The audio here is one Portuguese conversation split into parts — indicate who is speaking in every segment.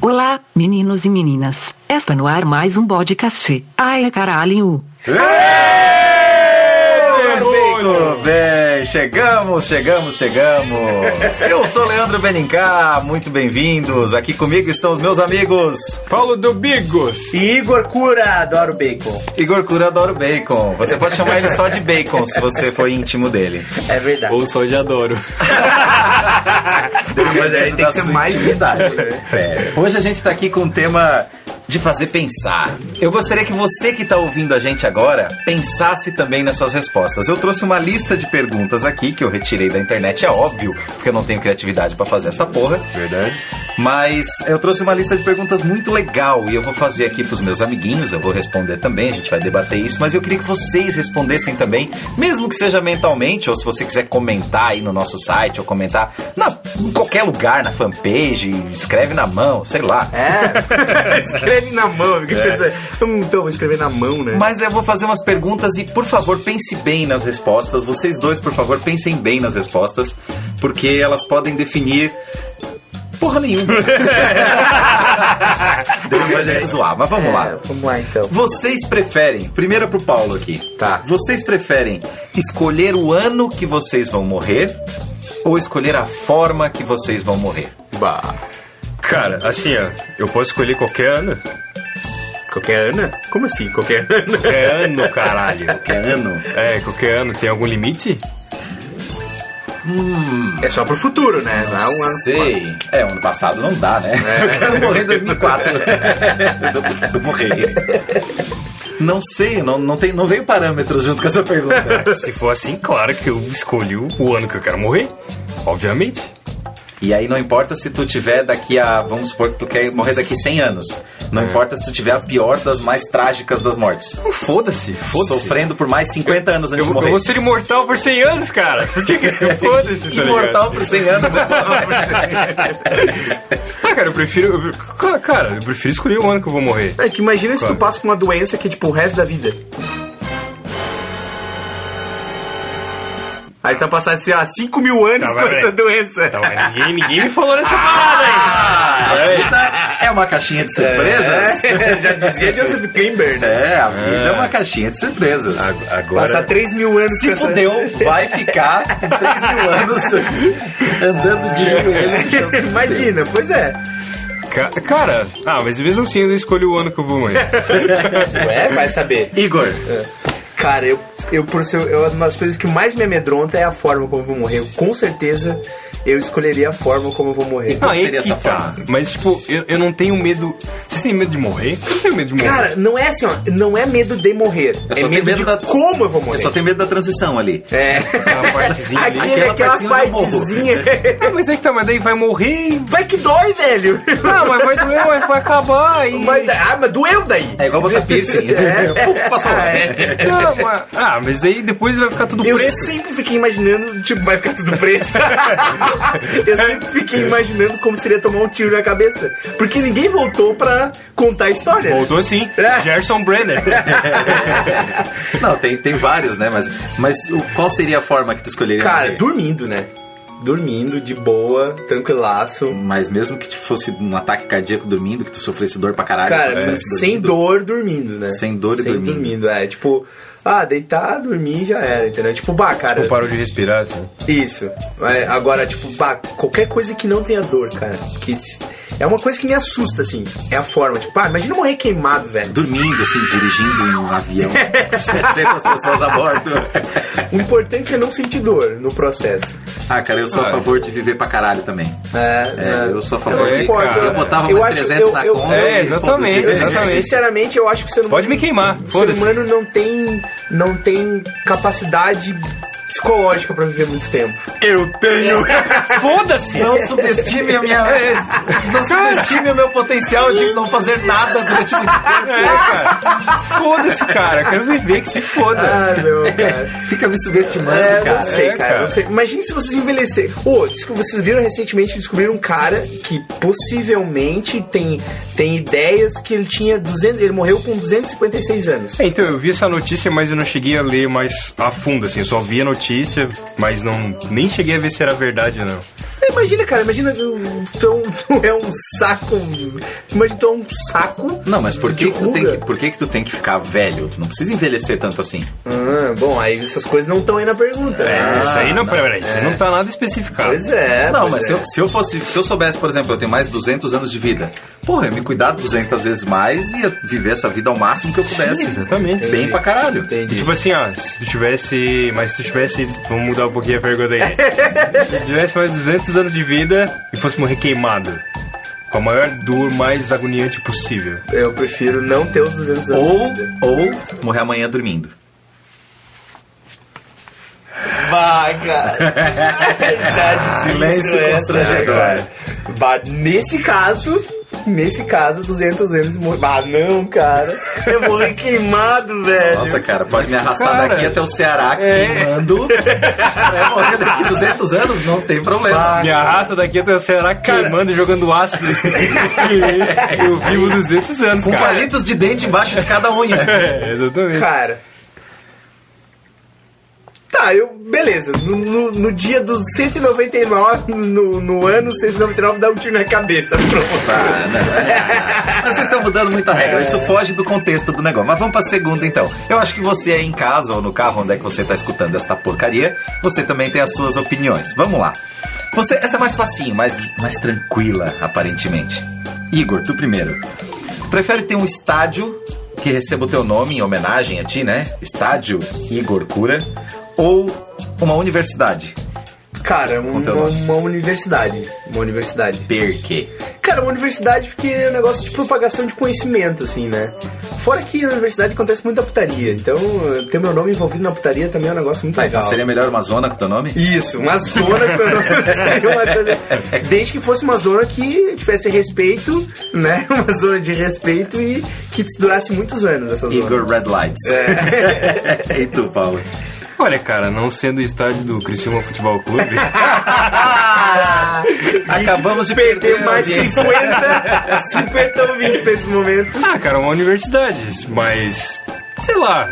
Speaker 1: Olá, meninos e meninas. Está no ar mais um podcast. Ai, caralho.
Speaker 2: Muito bem, chegamos, chegamos, chegamos. Eu sou Leandro Benincar, muito bem-vindos. Aqui comigo estão os meus amigos
Speaker 3: Paulo do Bigos.
Speaker 4: E Igor Cura, adoro bacon.
Speaker 2: Igor Cura Adoro Bacon. Você pode chamar ele só de Bacon se você for íntimo dele.
Speaker 4: É verdade.
Speaker 3: Ou só de adoro.
Speaker 4: mas aí tem que ser mais verdade.
Speaker 2: É, Hoje a gente tá aqui com um tema de fazer pensar. Eu gostaria que você que tá ouvindo a gente agora pensasse também nessas respostas. Eu trouxe uma lista de perguntas aqui que eu retirei da internet, é óbvio, porque eu não tenho criatividade pra fazer essa porra.
Speaker 3: Verdade.
Speaker 2: Mas eu trouxe uma lista de perguntas muito legal e eu vou fazer aqui pros meus amiguinhos, eu vou responder também, a gente vai debater isso, mas eu queria que vocês respondessem também, mesmo que seja mentalmente, ou se você quiser comentar aí no nosso site, ou comentar na, em qualquer lugar, na fanpage, escreve na mão, sei lá.
Speaker 4: É. Escreve na mão, porque pensa, "Hum, então vou escrever na mão, né?
Speaker 2: Mas eu vou fazer umas perguntas e, por favor, pense bem nas respostas. Vocês dois, por favor, pensem bem nas respostas, porque elas podem definir porra nenhuma. Depois a gente zoar, mas vamos lá.
Speaker 4: É, vamos lá então.
Speaker 2: Vocês preferem, primeiro pro Paulo aqui.
Speaker 4: Tá.
Speaker 2: Vocês preferem escolher o ano que vocês vão morrer ou escolher a forma que vocês vão morrer?
Speaker 4: Bah.
Speaker 3: Cara, assim, ó, eu posso escolher qualquer ano.
Speaker 4: Qualquer Ana? Como assim, qualquer Ana?
Speaker 3: Qualquer ano, caralho.
Speaker 2: Ano?
Speaker 3: É, qualquer ano tem algum limite?
Speaker 4: É só pro futuro, né? Não é um ano.
Speaker 2: Sei. É, ano passado não dá, né? Eu quero morrer em 2004. eu vou morrer. Não sei, não, não, tem, não veio parâmetros junto com essa pergunta.
Speaker 3: Se for assim, claro que eu escolhi o- o ano que eu quero morrer. Obviamente.
Speaker 2: E aí não importa se tu tiver daqui a, vamos supor que tu quer morrer daqui 100 anos. Não importa se tu tiver a pior das mais trágicas das mortes.
Speaker 3: Pô, Foda-se, foda-se.
Speaker 2: Sofrendo por mais 50 anos
Speaker 3: Eu,
Speaker 2: antes
Speaker 3: eu
Speaker 2: de morrer.
Speaker 3: vou ser imortal por 100 anos, cara. Por que que foda-se, tá ligado?
Speaker 2: Imortal por 100 anos.
Speaker 3: Ah, cara, eu prefiro... eu- Cara, eu prefiro escolher o ano que eu vou morrer.
Speaker 4: É que imagina se tu
Speaker 3: Claro.
Speaker 4: passa com uma doença que é tipo o resto da vida. Aí tu vai passar, assim, ó, 5 mil anos
Speaker 3: Tá,
Speaker 4: com
Speaker 3: vai, vai.
Speaker 4: essa doença.
Speaker 3: Tá, mas ninguém, ninguém me falou nessa parada aí.
Speaker 2: é uma caixinha de surpresas? É,
Speaker 4: Já dizia Joseph Klimber, né?
Speaker 2: a vida é. uma caixinha de surpresas.
Speaker 4: Passar 3 mil anos com
Speaker 2: Se
Speaker 4: essa-
Speaker 2: fudeu, vai ficar 3 mil anos andando de
Speaker 4: É.
Speaker 2: joelho.
Speaker 4: Imagina, pois é.
Speaker 3: Ca- cara, ah, mas mesmo assim eu não escolho o ano que eu vou morrer.
Speaker 4: Ué, É, vai saber.
Speaker 2: Igor,
Speaker 4: Cara, eu, eu por ser, eu, uma das coisas que mais me amedronta é a forma como eu vou morrer. Eu, com certeza eu escolheria a forma como eu vou morrer.
Speaker 2: qual
Speaker 3: aí
Speaker 2: seria
Speaker 3: que
Speaker 2: essa
Speaker 3: tá. Mas, tipo, eu, eu não tenho medo. Vocês têm medo de morrer? Eu não tenho medo de morrer.
Speaker 4: Cara, não é assim, ó, não é medo de morrer.
Speaker 2: Eu só
Speaker 4: é
Speaker 2: tenho
Speaker 4: medo,
Speaker 2: medo
Speaker 4: de
Speaker 2: da-
Speaker 4: como eu vou morrer.
Speaker 2: eu só tenho medo da transição ali.
Speaker 4: É.
Speaker 3: Aquela partezinha ali.
Speaker 4: Aquele, é aquela,
Speaker 2: Aquela partezinha onde eu morro.
Speaker 4: partezinha.
Speaker 3: Ah, mas é que tá, mas daí vai morrer e.
Speaker 4: Vai que dói, velho.
Speaker 3: Não, mas vai doer, mas vai acabar e.
Speaker 4: Mas, ah, mas doeu daí.
Speaker 2: É igual botar piercing. Puf, passou.
Speaker 4: Ah, é.
Speaker 3: Não, mas- Ah, mas daí depois vai ficar tudo
Speaker 4: Eu
Speaker 3: preto.
Speaker 4: sempre fiquei imaginando, tipo, vai ficar tudo preto. eu sempre fiquei imaginando como seria tomar um tiro na cabeça. Porque ninguém voltou pra contar a história.
Speaker 3: Voltou assim,
Speaker 4: É.
Speaker 3: Gerson Brenner.
Speaker 2: Não, tem, tem vários, né? Mas, mas o- qual seria a forma que tu escolheria?
Speaker 4: Cara,
Speaker 2: morrer?
Speaker 4: dormindo, né? Dormindo, de boa, tranquilaço.
Speaker 2: Mas mesmo que te fosse um ataque cardíaco dormindo, que tu sofresse dor pra caralho. que tu
Speaker 4: Cara, tipo assim,
Speaker 2: tivesse
Speaker 4: sem
Speaker 2: dormido.
Speaker 4: dor, dormindo, né?
Speaker 2: é, Sem dor e dormindo.
Speaker 4: é. Tipo, ah, deitar, dormir já era, entendeu? Tipo, bah, cara,
Speaker 3: Ou parou de respirar, assim.
Speaker 4: isso. É, agora, tipo, bah, qualquer coisa que não tenha dor, cara. Que s- é uma coisa que me assusta, assim. É a forma. Tipo, ah, imagina morrer queimado, velho.
Speaker 2: Dormindo, assim, dirigindo um avião. 700 pessoas a bordo.
Speaker 4: O importante é não sentir dor no processo.
Speaker 2: Ah, cara, eu sou a
Speaker 3: Ah.
Speaker 2: favor de viver pra caralho também. É,
Speaker 4: né?
Speaker 2: eu sou a favor
Speaker 3: É,
Speaker 2: de.
Speaker 3: cara.
Speaker 2: Eu botava
Speaker 4: Eu
Speaker 2: mais
Speaker 4: acho-
Speaker 2: 300
Speaker 4: eu-
Speaker 2: na
Speaker 4: eu-
Speaker 2: conta.
Speaker 3: É,
Speaker 2: e
Speaker 3: exatamente,
Speaker 2: foda-se.
Speaker 4: Eu,
Speaker 3: exatamente.
Speaker 4: sinceramente, eu acho que você não
Speaker 3: Pode me queimar,
Speaker 4: O ser
Speaker 3: foda-se.
Speaker 4: humano não tem, não tem capacidade psicológica pra viver muito tempo.
Speaker 3: Eu tenho. Foda-se!
Speaker 2: Não subestime a minha.
Speaker 3: É.
Speaker 2: Não subestime o meu potencial de não fazer nada durante muito tempo.
Speaker 3: É, cara. Foda-se, cara. Quero viver que se foda.
Speaker 4: Ah, meu, cara.
Speaker 2: Fica me subestimando,
Speaker 4: É,
Speaker 2: cara.
Speaker 4: não sei,
Speaker 3: É,
Speaker 4: cara.
Speaker 3: cara.
Speaker 4: Não sei. Imagina se vocês envelhecer. Ô, desculpa, vocês viram recentemente descobriram um cara que possivelmente tem, tem ideias que ele tinha 200, ele morreu com 256 anos.
Speaker 3: É, então, eu vi essa notícia, mas eu não cheguei a ler mais a fundo, assim. Eu só vi a notícia, mas não nem cheguei a ver se era verdade ou não.
Speaker 4: É, Imagina, cara, imagina tu, tu, tu é um saco. Imagina tu é um saco.
Speaker 2: Não, mas por
Speaker 4: de
Speaker 2: que, que tu tem
Speaker 4: ruga.
Speaker 2: que, por que, que tu tem que ficar velho? Tu não precisa envelhecer tanto assim.
Speaker 4: Ah, bom, aí essas coisas não estão aí na pergunta.
Speaker 3: É,
Speaker 4: né?
Speaker 3: isso aí não, peraí, isso aí não tá nada especificado.
Speaker 4: Pois é.
Speaker 2: Não,
Speaker 4: pois
Speaker 2: mas
Speaker 4: é.
Speaker 2: se eu, se eu fosse, se eu soubesse, por exemplo, eu tenho mais 200 anos de vida, porra, eu ia me cuidar 200 vezes mais e ia viver essa vida ao máximo que eu pudesse.
Speaker 3: Sim, exatamente.
Speaker 2: Bem pra caralho.
Speaker 3: E
Speaker 4: Entendi.
Speaker 3: Tipo assim, ó, se tu tivesse. Mas se tu tivesse. Vamos mudar um pouquinho a pergunta aí. se tu tivesse mais 200 anos de vida e fosse morrer queimado. Com a maior dor mais agoniante possível.
Speaker 4: Eu prefiro não ter os 200 anos.
Speaker 2: Ou, ou morrer amanhã dormindo.
Speaker 4: Vaga! Verdade, é,
Speaker 2: Silêncio
Speaker 4: sinistro essa,
Speaker 2: constrangedor.
Speaker 4: cara. Bah, nesse caso, nesse caso, 200 anos morrer. Ah, não, cara. Eu morri queimado, velho.
Speaker 2: Nossa, cara, pode me arrastar
Speaker 3: Cara.
Speaker 2: daqui até o Ceará queimando. É, morrer daqui 200 anos, não tem problema.
Speaker 3: Me arrasta daqui até o Ceará queimando e jogando ácido. E eu vivo 200 anos,
Speaker 2: Com
Speaker 3: cara.
Speaker 2: palitos de dente embaixo de cada unha.
Speaker 3: É, exatamente.
Speaker 4: Cara. Tá, eu. Beleza. No, no- no dia do 199, no, no ano 199, dá um tiro na cabeça. Pronto.
Speaker 2: Ah, não. Mas vocês estão mudando muita regra, isso foge do contexto do negócio. Mas vamos pra segunda então. Eu acho que você aí em casa ou no carro, onde é que você tá escutando esta porcaria, você também tem as suas opiniões. Vamos lá. Você, essa é mais facinho, mais, mais tranquila, aparentemente. Igor, tu primeiro. Prefere ter um estádio que receba o teu nome em homenagem a ti, né? Estádio Igor Cura. Ou uma universidade.
Speaker 4: Cara, um-
Speaker 2: Conta
Speaker 4: uma,
Speaker 2: nós.
Speaker 4: uma universidade. Uma universidade.
Speaker 2: Per quê?
Speaker 4: Cara, uma universidade porque é um negócio de propagação de conhecimento, assim, né? Fora que na universidade acontece muita putaria, então ter meu nome envolvido na putaria também é um negócio muito legal.
Speaker 2: Seria melhor uma zona com teu nome?
Speaker 4: Isso, uma zona que eu não seria uma coisa. assim. Desde que fosse uma zona que tivesse respeito, né? Uma zona de respeito e que durasse muitos anos essa zona.
Speaker 2: Igor Red Lights. e tu, Paulo?
Speaker 3: Olha, cara, não sendo o estádio do Criciúma Futebol Clube,
Speaker 4: Ah,
Speaker 2: Acabamos de
Speaker 4: perder
Speaker 2: a
Speaker 4: mais
Speaker 2: audiência.
Speaker 4: 50, 50 ouvintes nesse momento.
Speaker 3: ah, cara, uma universidade, mas sei lá.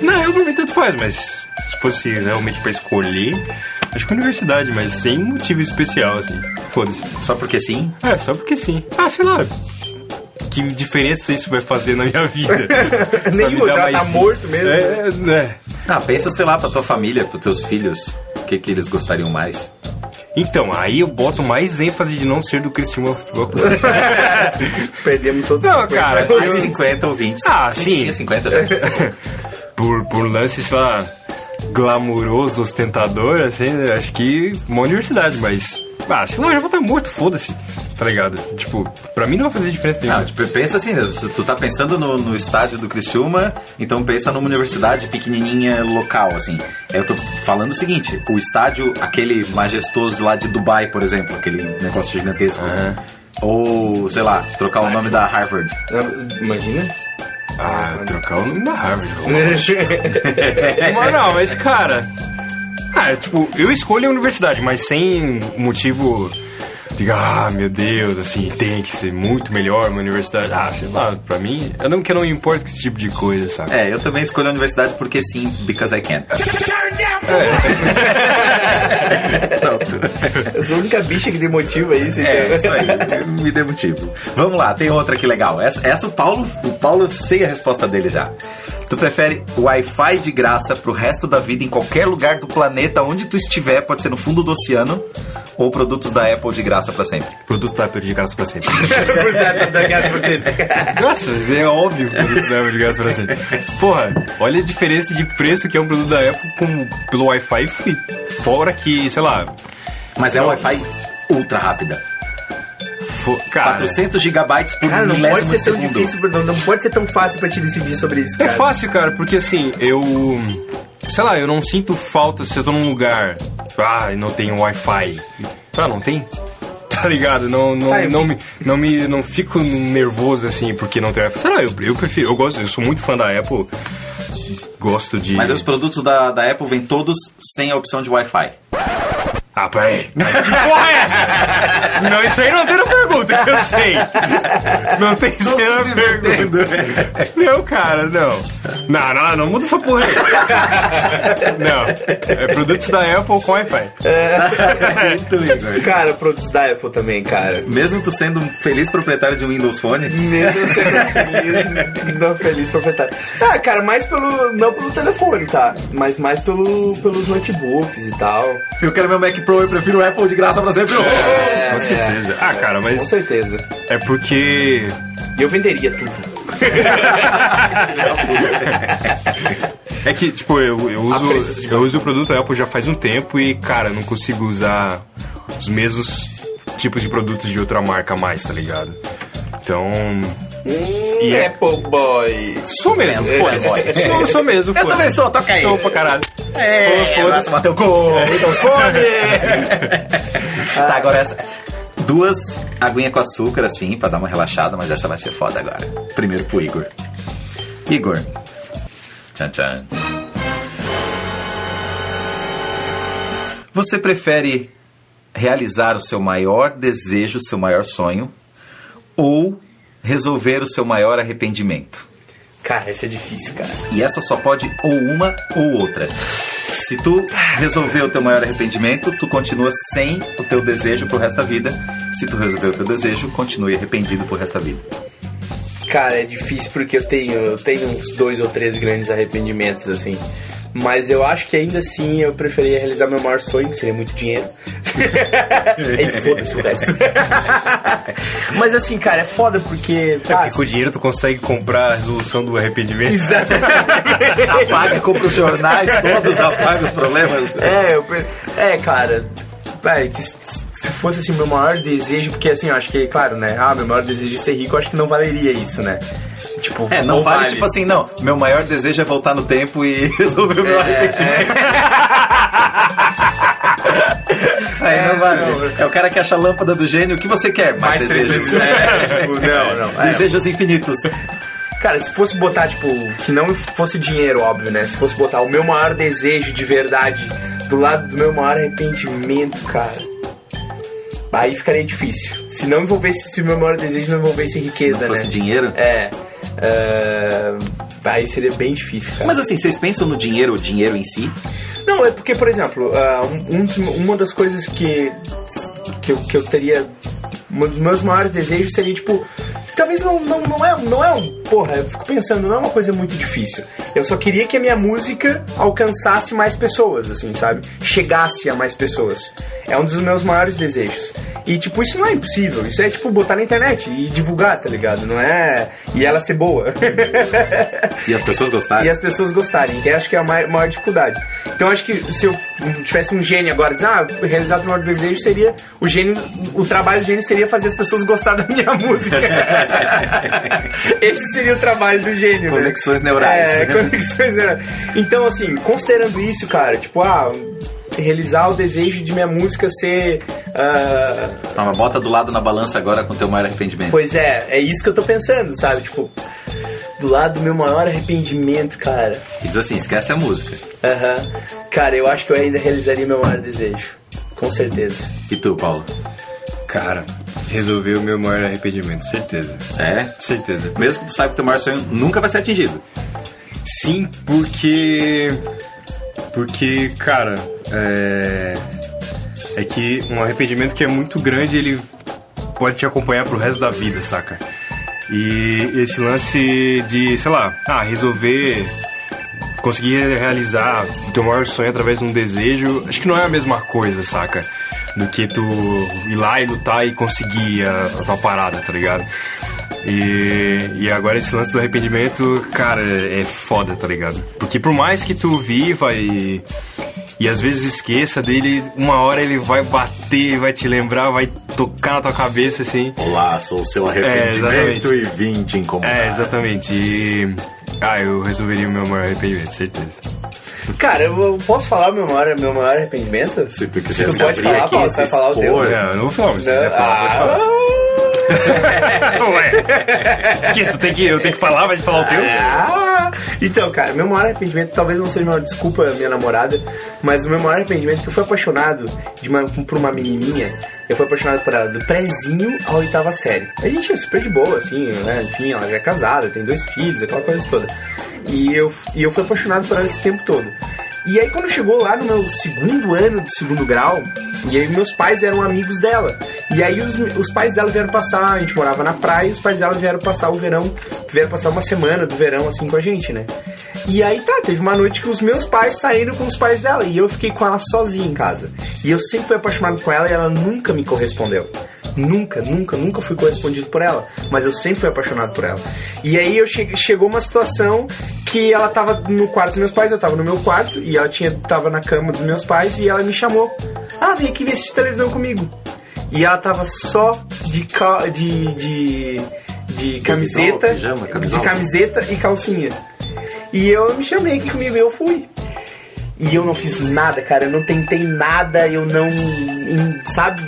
Speaker 3: Não, eu pra mim tanto faz, mas se fosse realmente pra escolher, acho que é universidade, mas sem motivo especial, assim. Foda-se.
Speaker 2: Só porque sim?
Speaker 3: É, só porque sim. Ah, sei lá. Que diferença isso vai fazer na minha vida? Vai me
Speaker 4: Nenhuma,
Speaker 3: dar
Speaker 4: já
Speaker 3: mais-
Speaker 4: tá morto mesmo,
Speaker 3: É, né?
Speaker 2: Ah, pensa, sei lá, pra tua família, pros teus filhos. O que, que eles gostariam mais?
Speaker 3: Então, aí eu boto mais ênfase de não ser do Criciúma Futebol Clube.
Speaker 4: Perdemos todos
Speaker 3: Não,
Speaker 4: 50.
Speaker 3: cara,
Speaker 2: Mais
Speaker 3: eu-
Speaker 2: 50 ou 20.
Speaker 3: é Ah,
Speaker 2: Nem
Speaker 3: sim.
Speaker 2: Tinha 50. né?
Speaker 3: por, por lance, sei lá, glamuroso, ostentador, assim, né? acho que uma universidade, mas. Ah, sei lá, eu já vou estar morto, foda-se, tá ligado? Tipo, pra mim não vai fazer diferença nenhuma.
Speaker 2: Não, tipo, pensa assim, né? Se tu tá pensando no, no estádio do Criciúma, então pensa numa universidade pequenininha local, assim. Eu tô falando o seguinte, o estádio, aquele majestoso lá de Dubai, por exemplo, aquele negócio gigantesco. né? Ou, sei lá, trocar o nome da Harvard.
Speaker 4: Imagina.
Speaker 3: Ah, trocar o nome da Harvard.
Speaker 4: É,
Speaker 3: mas É, não, mas cara. Ah, tipo, eu escolho a universidade, mas sem motivo. Diga, ah, meu Deus, assim, tem que ser muito melhor uma universidade. Ah, sei lá, pra mim, eu não que eu não me importo com esse tipo de coisa, sabe?
Speaker 2: É, eu também escolho a universidade porque sim, because I can. Pronto.
Speaker 4: Eu sou a única bicha que tem motivo aí, você
Speaker 2: É,
Speaker 4: entendeu?
Speaker 2: isso aí. Me dê motivo. Vamos lá, tem outra aqui legal. Essa, essa o Paulo, o Paulo eu sei a resposta dele já. Tu prefere Wi-Fi de graça pro resto da vida em qualquer lugar do planeta, onde tu estiver, pode ser no fundo do oceano, ou produtos da Apple de graça pra sempre?
Speaker 3: Produto da Apple de graça pra sempre.
Speaker 4: Verdade, obrigado por ter.
Speaker 3: Nossa, mas é óbvio que o produto da Apple de graça pra sempre. Porra, olha a diferença de preço que é um produto da Apple com, pelo Wi-Fi, fi- fora que, sei lá,
Speaker 2: Mas é Wi-Fi ultra rápida.
Speaker 3: fo- cara,
Speaker 2: 400 gigabytes por
Speaker 4: Cara, não pode
Speaker 2: milésimo de
Speaker 4: ser tão
Speaker 2: segundo.
Speaker 4: difícil, não, não pode ser tão fácil pra te decidir sobre isso,
Speaker 3: É
Speaker 4: cara.
Speaker 3: fácil, cara, porque assim, eu. Sei lá, eu não sinto falta se eu tô num lugar. Ah, e não tem Wi-Fi. Ah, não tem? Tá ligado? Não, não,
Speaker 4: Ah, eu-
Speaker 3: não, me, não me. Não fico nervoso assim porque não tem Wi-Fi. Sei lá, eu, eu prefiro. Eu gosto, eu sou muito fã da Apple. Gosto de.
Speaker 2: Mas os produtos da, da Apple vêm todos sem a opção de Wi-Fi.
Speaker 3: Ah, peraí. Mas que porra é essa? Não, isso aí não tem na pergunta, que eu sei. Não tem isso aí na pergunta. Não, cara, não. Não, não, não muda essa porra aí. Não. É produtos da Apple com Wi-Fi.
Speaker 2: Muito, Igor.
Speaker 4: Cara, produtos da Apple também, cara.
Speaker 2: Mesmo tu sendo um feliz proprietário de um Windows Phone,
Speaker 4: Mesmo sendo é feliz, não feliz proprietário. Ah, cara, mais pelo. Não pelo telefone, tá? Mas mais pelo, pelos notebooks e tal.
Speaker 2: eu quero meu Mac Pro, eu prefiro o Apple de graça pra sempre.
Speaker 3: Com certeza. Ah, cara,
Speaker 4: É, Com
Speaker 3: mas
Speaker 4: certeza.
Speaker 3: é porque.
Speaker 4: E eu venderia tudo.
Speaker 3: É que, tipo, eu, eu
Speaker 4: preço
Speaker 3: uso eu uso o produto Apple já faz um tempo e, cara, eu não consigo usar os mesmos tipos de produtos de outra marca mais, tá ligado? Então. E é-
Speaker 4: Apple Boy.
Speaker 3: Sou mesmo,
Speaker 4: É,
Speaker 3: foda-se.
Speaker 4: é,
Speaker 3: Sou, sou mesmo,
Speaker 2: Eu também
Speaker 3: foda-se.
Speaker 2: sou, toca aí.
Speaker 3: Sou pra caralho.
Speaker 2: É,
Speaker 3: Foda-se.
Speaker 2: nossa, bateu com o Windows Phone. tá, agora essa. Duas aguinha com açúcar, assim, pra dar uma relaxada, mas essa vai ser foda agora. Primeiro pro Igor. Igor. Tchan, tchan. Você prefere realizar o seu maior desejo, seu maior sonho, ou resolver o seu maior arrependimento?
Speaker 4: Cara, esse é difícil, cara.
Speaker 2: E essa só pode ou uma ou outra. Se tu resolver o teu maior arrependimento, tu continua sem o teu desejo pro resto da vida. Se tu resolver o teu desejo, continue arrependido pro resto da vida.
Speaker 4: Cara, é difícil porque eu tenho, eu tenho uns dois ou três grandes arrependimentos, assim. Mas eu acho que ainda assim eu preferia realizar meu maior sonho, que seria muito dinheiro. e foda-se o resto. Mas assim, cara, é foda porque.
Speaker 3: É
Speaker 4: ah,
Speaker 3: porque com o dinheiro tu consegue comprar a resolução do arrependimento.
Speaker 2: Apaga, compra os jornais todos, apaga os problemas.
Speaker 4: É, eu, pe- é, cara. é, que se se fosse assim meu maior desejo, porque assim, eu acho que, claro, né? Ah, meu maior desejo de ser rico, eu acho que não valeria isso, né? Tipo,
Speaker 2: É, não vale, tipo assim, não. Meu maior desejo é voltar no tempo e resolver o
Speaker 4: É,
Speaker 2: meu arrependimento. Aí não vale. É o cara que acha a lâmpada do gênio. O que você quer? Mais,
Speaker 4: Mais três
Speaker 2: desejos.
Speaker 4: vezes.
Speaker 2: É,
Speaker 4: Tipo, não, não. É,
Speaker 2: Desejos infinitos.
Speaker 4: Cara, se fosse botar, tipo, que não fosse dinheiro, óbvio, né? Se fosse botar o meu maior desejo de verdade do lado do meu maior arrependimento, cara. Aí ficaria difícil. Se não envolvesse, se o meu maior desejo não envolvesse riqueza,
Speaker 2: Se não fosse
Speaker 4: né?
Speaker 2: dinheiro.
Speaker 4: É. é, aí seria bem difícil, cara.
Speaker 2: Mas assim, vocês pensam no dinheiro, o dinheiro em si?
Speaker 4: Não, é porque, por exemplo, ah, um- um dos- uma das coisas que, que, eu, que eu teria. Um dos meus maiores desejos seria, tipo. Talvez não, não, não é. Não é um, porra, eu fico pensando, não é uma coisa muito difícil. Eu só queria que a minha música alcançasse mais pessoas, assim, sabe? Chegasse a mais pessoas. É um dos meus maiores desejos. E, tipo, isso não é impossível. Isso é, tipo, botar na internet e divulgar, tá ligado? Não é. E ela ser boa.
Speaker 2: E as pessoas gostaram?
Speaker 4: e as pessoas gostarem, que eu acho que é a mai- maior dificuldade. Então eu acho que se eu tivesse um gênio agora, diz, ah, realizar o meu desejo seria o gênio, o trabalho do gênio seria fazer as pessoas gostar da minha música. Esse seria o trabalho do gênio, né?
Speaker 2: Conexões neurais. né?
Speaker 4: É, conexões neurais. Então assim, considerando isso, cara, tipo, ah, realizar o desejo de minha música ser ah,
Speaker 2: Toma, bota do lado na balança agora com teu maior arrependimento.
Speaker 4: Pois é, é isso que eu tô pensando, sabe? Tipo, do lado do meu maior arrependimento, cara.
Speaker 2: E diz assim, esquece a música.
Speaker 4: Aham. Cara, eu acho que eu ainda realizaria meu maior desejo. Com certeza.
Speaker 2: E tu, Paulo?
Speaker 3: Cara, resolveu o meu maior arrependimento, certeza.
Speaker 2: É?
Speaker 3: Certeza.
Speaker 2: Mesmo que tu saiba que teu maior sonho nunca vai ser atingido.
Speaker 3: Sim, porque. Porque, cara, é. É que um arrependimento que é muito grande, ele pode te acompanhar pro resto da vida, saca? E esse lance de, sei lá, ah, resolver. Conseguir realizar o teu maior sonho através de um desejo, acho que não é a mesma coisa, saca? Do que tu ir lá e lutar e conseguir a, a tua parada, tá ligado? E, e agora esse lance do arrependimento, cara, é foda, tá ligado? Porque por mais que tu viva e, e às vezes esqueça dele, uma hora ele vai bater, vai te lembrar, vai tocar na tua cabeça, assim.
Speaker 5: Olá, sou o seu arrependimento e vim te incomodar.
Speaker 3: É, exatamente. E... Ah, eu resolveria o meu maior arrependimento, certeza.
Speaker 4: Cara, eu eu posso falar meu maior, meu maior arrependimento?
Speaker 5: Se tu quiser
Speaker 4: Tu
Speaker 5: se
Speaker 4: pode
Speaker 5: abrir
Speaker 4: falar,
Speaker 5: aqui,
Speaker 4: Paulo,
Speaker 5: se
Speaker 4: vai falar o teu.
Speaker 5: expor,
Speaker 3: Não, eu não vou falar, mas se
Speaker 4: Não, ah,
Speaker 3: quiser falar, pode falar. Ué. Que, tu tem que, eu tenho que falar, vai falar o teu?
Speaker 4: Ah, Então, cara, meu maior arrependimento, talvez não seja uma desculpa minha namorada, mas o meu maior arrependimento é que eu fui apaixonado de uma, por uma menininha. Eu fui apaixonado por ela do prézinho à oitava série. A gente é super de boa, assim, né? Enfim, ela já é casada, tem dois filhos, aquela coisa toda. E eu, e eu fui apaixonado por ela esse tempo todo. E aí quando chegou lá no meu segundo ano do segundo grau, e aí meus pais eram amigos dela. E aí os, os pais dela vieram passar, a gente morava na praia, e os pais dela vieram passar o verão, vieram passar uma semana do verão assim com a gente, né? E aí tá, teve uma noite que os meus pais saíram com os pais dela, e eu fiquei com ela sozinha em casa. E eu sempre fui apaixonado com ela e ela nunca me correspondeu. Nunca, nunca, nunca fui correspondido por ela, mas eu sempre fui apaixonado por ela. E aí eu che chegou uma situação que ela tava no quarto dos meus pais, eu tava no meu quarto e ela tinha tava na cama dos meus pais e ela me chamou. Ah, vem aqui assistir televisão comigo. E ela tava só de ca de de, de camiseta,
Speaker 2: pijama, camisola.
Speaker 4: de camiseta e calcinha. E eu me chamei aqui comigo e eu fui. E eu não fiz nada, cara, eu não tentei nada, eu não em- sabe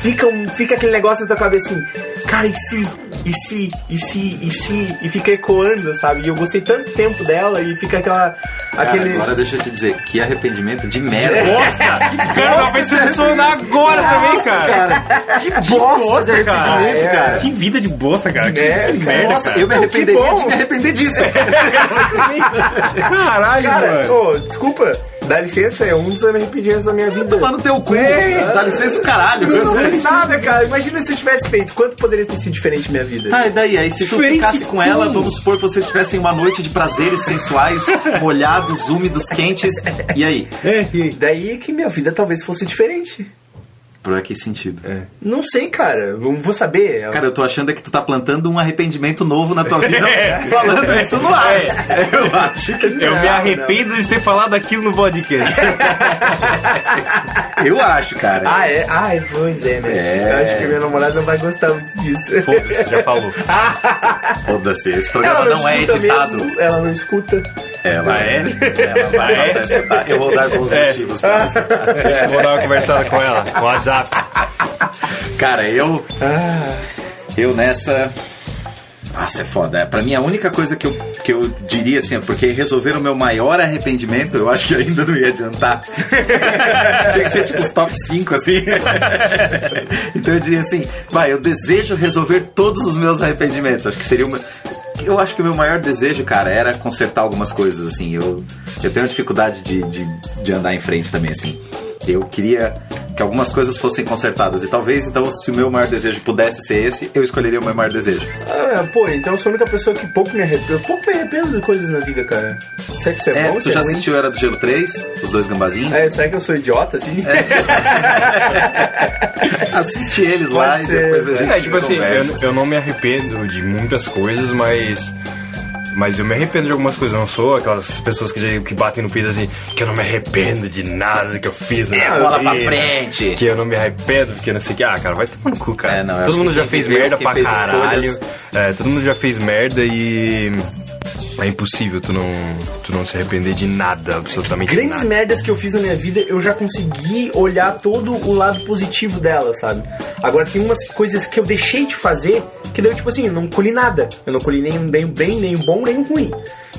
Speaker 4: fica, um, fica aquele negócio na tua cabeça assim, cara, e se, e se, e se, e se, e fica ecoando, sabe? E eu gostei tanto tempo dela e fica aquela.
Speaker 2: Cara,
Speaker 4: aquele.
Speaker 2: agora deixa eu te dizer, que arrependimento de merda.
Speaker 3: Bosta! Cara, tava pensando isso agora também, cara.
Speaker 2: Que bosta de arrependimento, cara. É.
Speaker 3: Que vida de bosta, cara. Que,
Speaker 4: É,
Speaker 3: que
Speaker 4: cara.
Speaker 3: merda,
Speaker 2: Nossa,
Speaker 3: cara.
Speaker 2: eu me
Speaker 4: Pô, que
Speaker 2: arrependeria
Speaker 4: bom.
Speaker 2: de me arrepender disso.
Speaker 3: Caralho,
Speaker 4: Cara,
Speaker 3: mano.
Speaker 4: ô, desculpa, dá licença, é um dos arrependimentos da minha vida.
Speaker 2: Tomar no teu cu. Dá licença o caralho.
Speaker 4: Eu não fiz nada, cara. Imagina se eu tivesse feito, quanto poderia ter sido diferente minha vida?
Speaker 2: Tá, e daí? Aí se tu
Speaker 3: Diferente
Speaker 2: ficasse com ela,
Speaker 3: como?
Speaker 2: vamos supor que vocês tivessem uma noite de prazeres sensuais, molhados, úmidos, quentes. E aí?
Speaker 4: Daí é que minha vida talvez fosse diferente.
Speaker 2: Por que sentido?
Speaker 4: Não sei, cara. Não vou saber. um
Speaker 2: Cara, eu tô achando é que tu tá plantando um arrependimento novo na tua vida falando isso no ar. Eu acho que
Speaker 3: Eu
Speaker 4: não,
Speaker 3: me
Speaker 4: né?
Speaker 3: arrependo de ter falado aquilo no podcast.
Speaker 2: Eu acho, cara.
Speaker 4: Ah, é? Ah, é, pois é, né?
Speaker 2: É.
Speaker 4: Eu acho que minha namorada não vai gostar muito disso.
Speaker 3: Foda-se, já falou.
Speaker 2: Foda-se, esse programa não, é
Speaker 4: escuta
Speaker 2: editado.
Speaker 4: mesmo, ela não escuta.
Speaker 2: Ela é. Ela vai
Speaker 3: Ah, é?
Speaker 2: aceitar. Eu vou dar alguns
Speaker 3: É.
Speaker 2: motivos pra essa.
Speaker 3: Deixa eu vou dar uma conversada com ela. no WhatsApp.
Speaker 2: Cara, eu. Ah. Eu nessa. Nossa, é foda. Pra mim, a única coisa que eu, que eu diria assim, é porque resolver o meu maior arrependimento, eu acho que ainda não ia adiantar. Tinha que ser tipo os top 5, assim. então eu diria assim, vai, eu desejo resolver todos os meus arrependimentos. Acho que seria uma. Eu acho que o meu maior desejo, cara, era consertar algumas coisas, assim. Eu, eu tenho dificuldade de, de, de andar em frente também, assim. Eu queria que algumas coisas fossem consertadas. E talvez, então, se o meu maior desejo pudesse ser esse, eu escolheria o meu maior desejo.
Speaker 4: Ah, pô, então eu sou a única pessoa que pouco me arrependo. Pouco me arrependo de coisas na vida, cara. Será que isso é,
Speaker 2: É,
Speaker 4: bom?
Speaker 2: tu
Speaker 4: Isso é
Speaker 2: já
Speaker 4: ruim?
Speaker 2: assistiu Era do Gelo 3, os dois gambazinhos?
Speaker 4: É, será que eu sou idiota, assim?
Speaker 2: É. Assiste eles lá
Speaker 4: Pode
Speaker 2: e
Speaker 4: ser,
Speaker 2: depois a gente.
Speaker 3: É, tipo assim,
Speaker 2: conversa.
Speaker 3: eu, eu não me arrependo de muitas coisas, mas. Mas eu me arrependo de algumas coisas. Eu não sou aquelas pessoas que, que batem no peito assim, que eu não me arrependo de nada que eu fiz na minha
Speaker 2: É, bola pra
Speaker 3: vida,
Speaker 2: frente.
Speaker 3: Que eu não me arrependo, porque não sei o que. Ah, cara, vai tomar no cu, cara.
Speaker 2: É, não, eu acho
Speaker 3: todo mundo
Speaker 2: que
Speaker 3: já
Speaker 2: quem
Speaker 3: fez
Speaker 2: viveu,
Speaker 3: merda
Speaker 2: quem
Speaker 3: pra
Speaker 2: fez
Speaker 3: caralho.
Speaker 2: escolhas-
Speaker 3: É, todo mundo já fez merda e. É impossível tu não, tu não se arrepender de nada, absolutamente
Speaker 4: Grandes
Speaker 3: nada.
Speaker 4: merdas que eu fiz na minha vida, eu já consegui olhar todo o lado positivo dela, sabe? Agora tem umas coisas que eu deixei de fazer que deu tipo assim, eu não colhi nada. Eu não colhi nem, nem o bem, nem o bom, nem o ruim.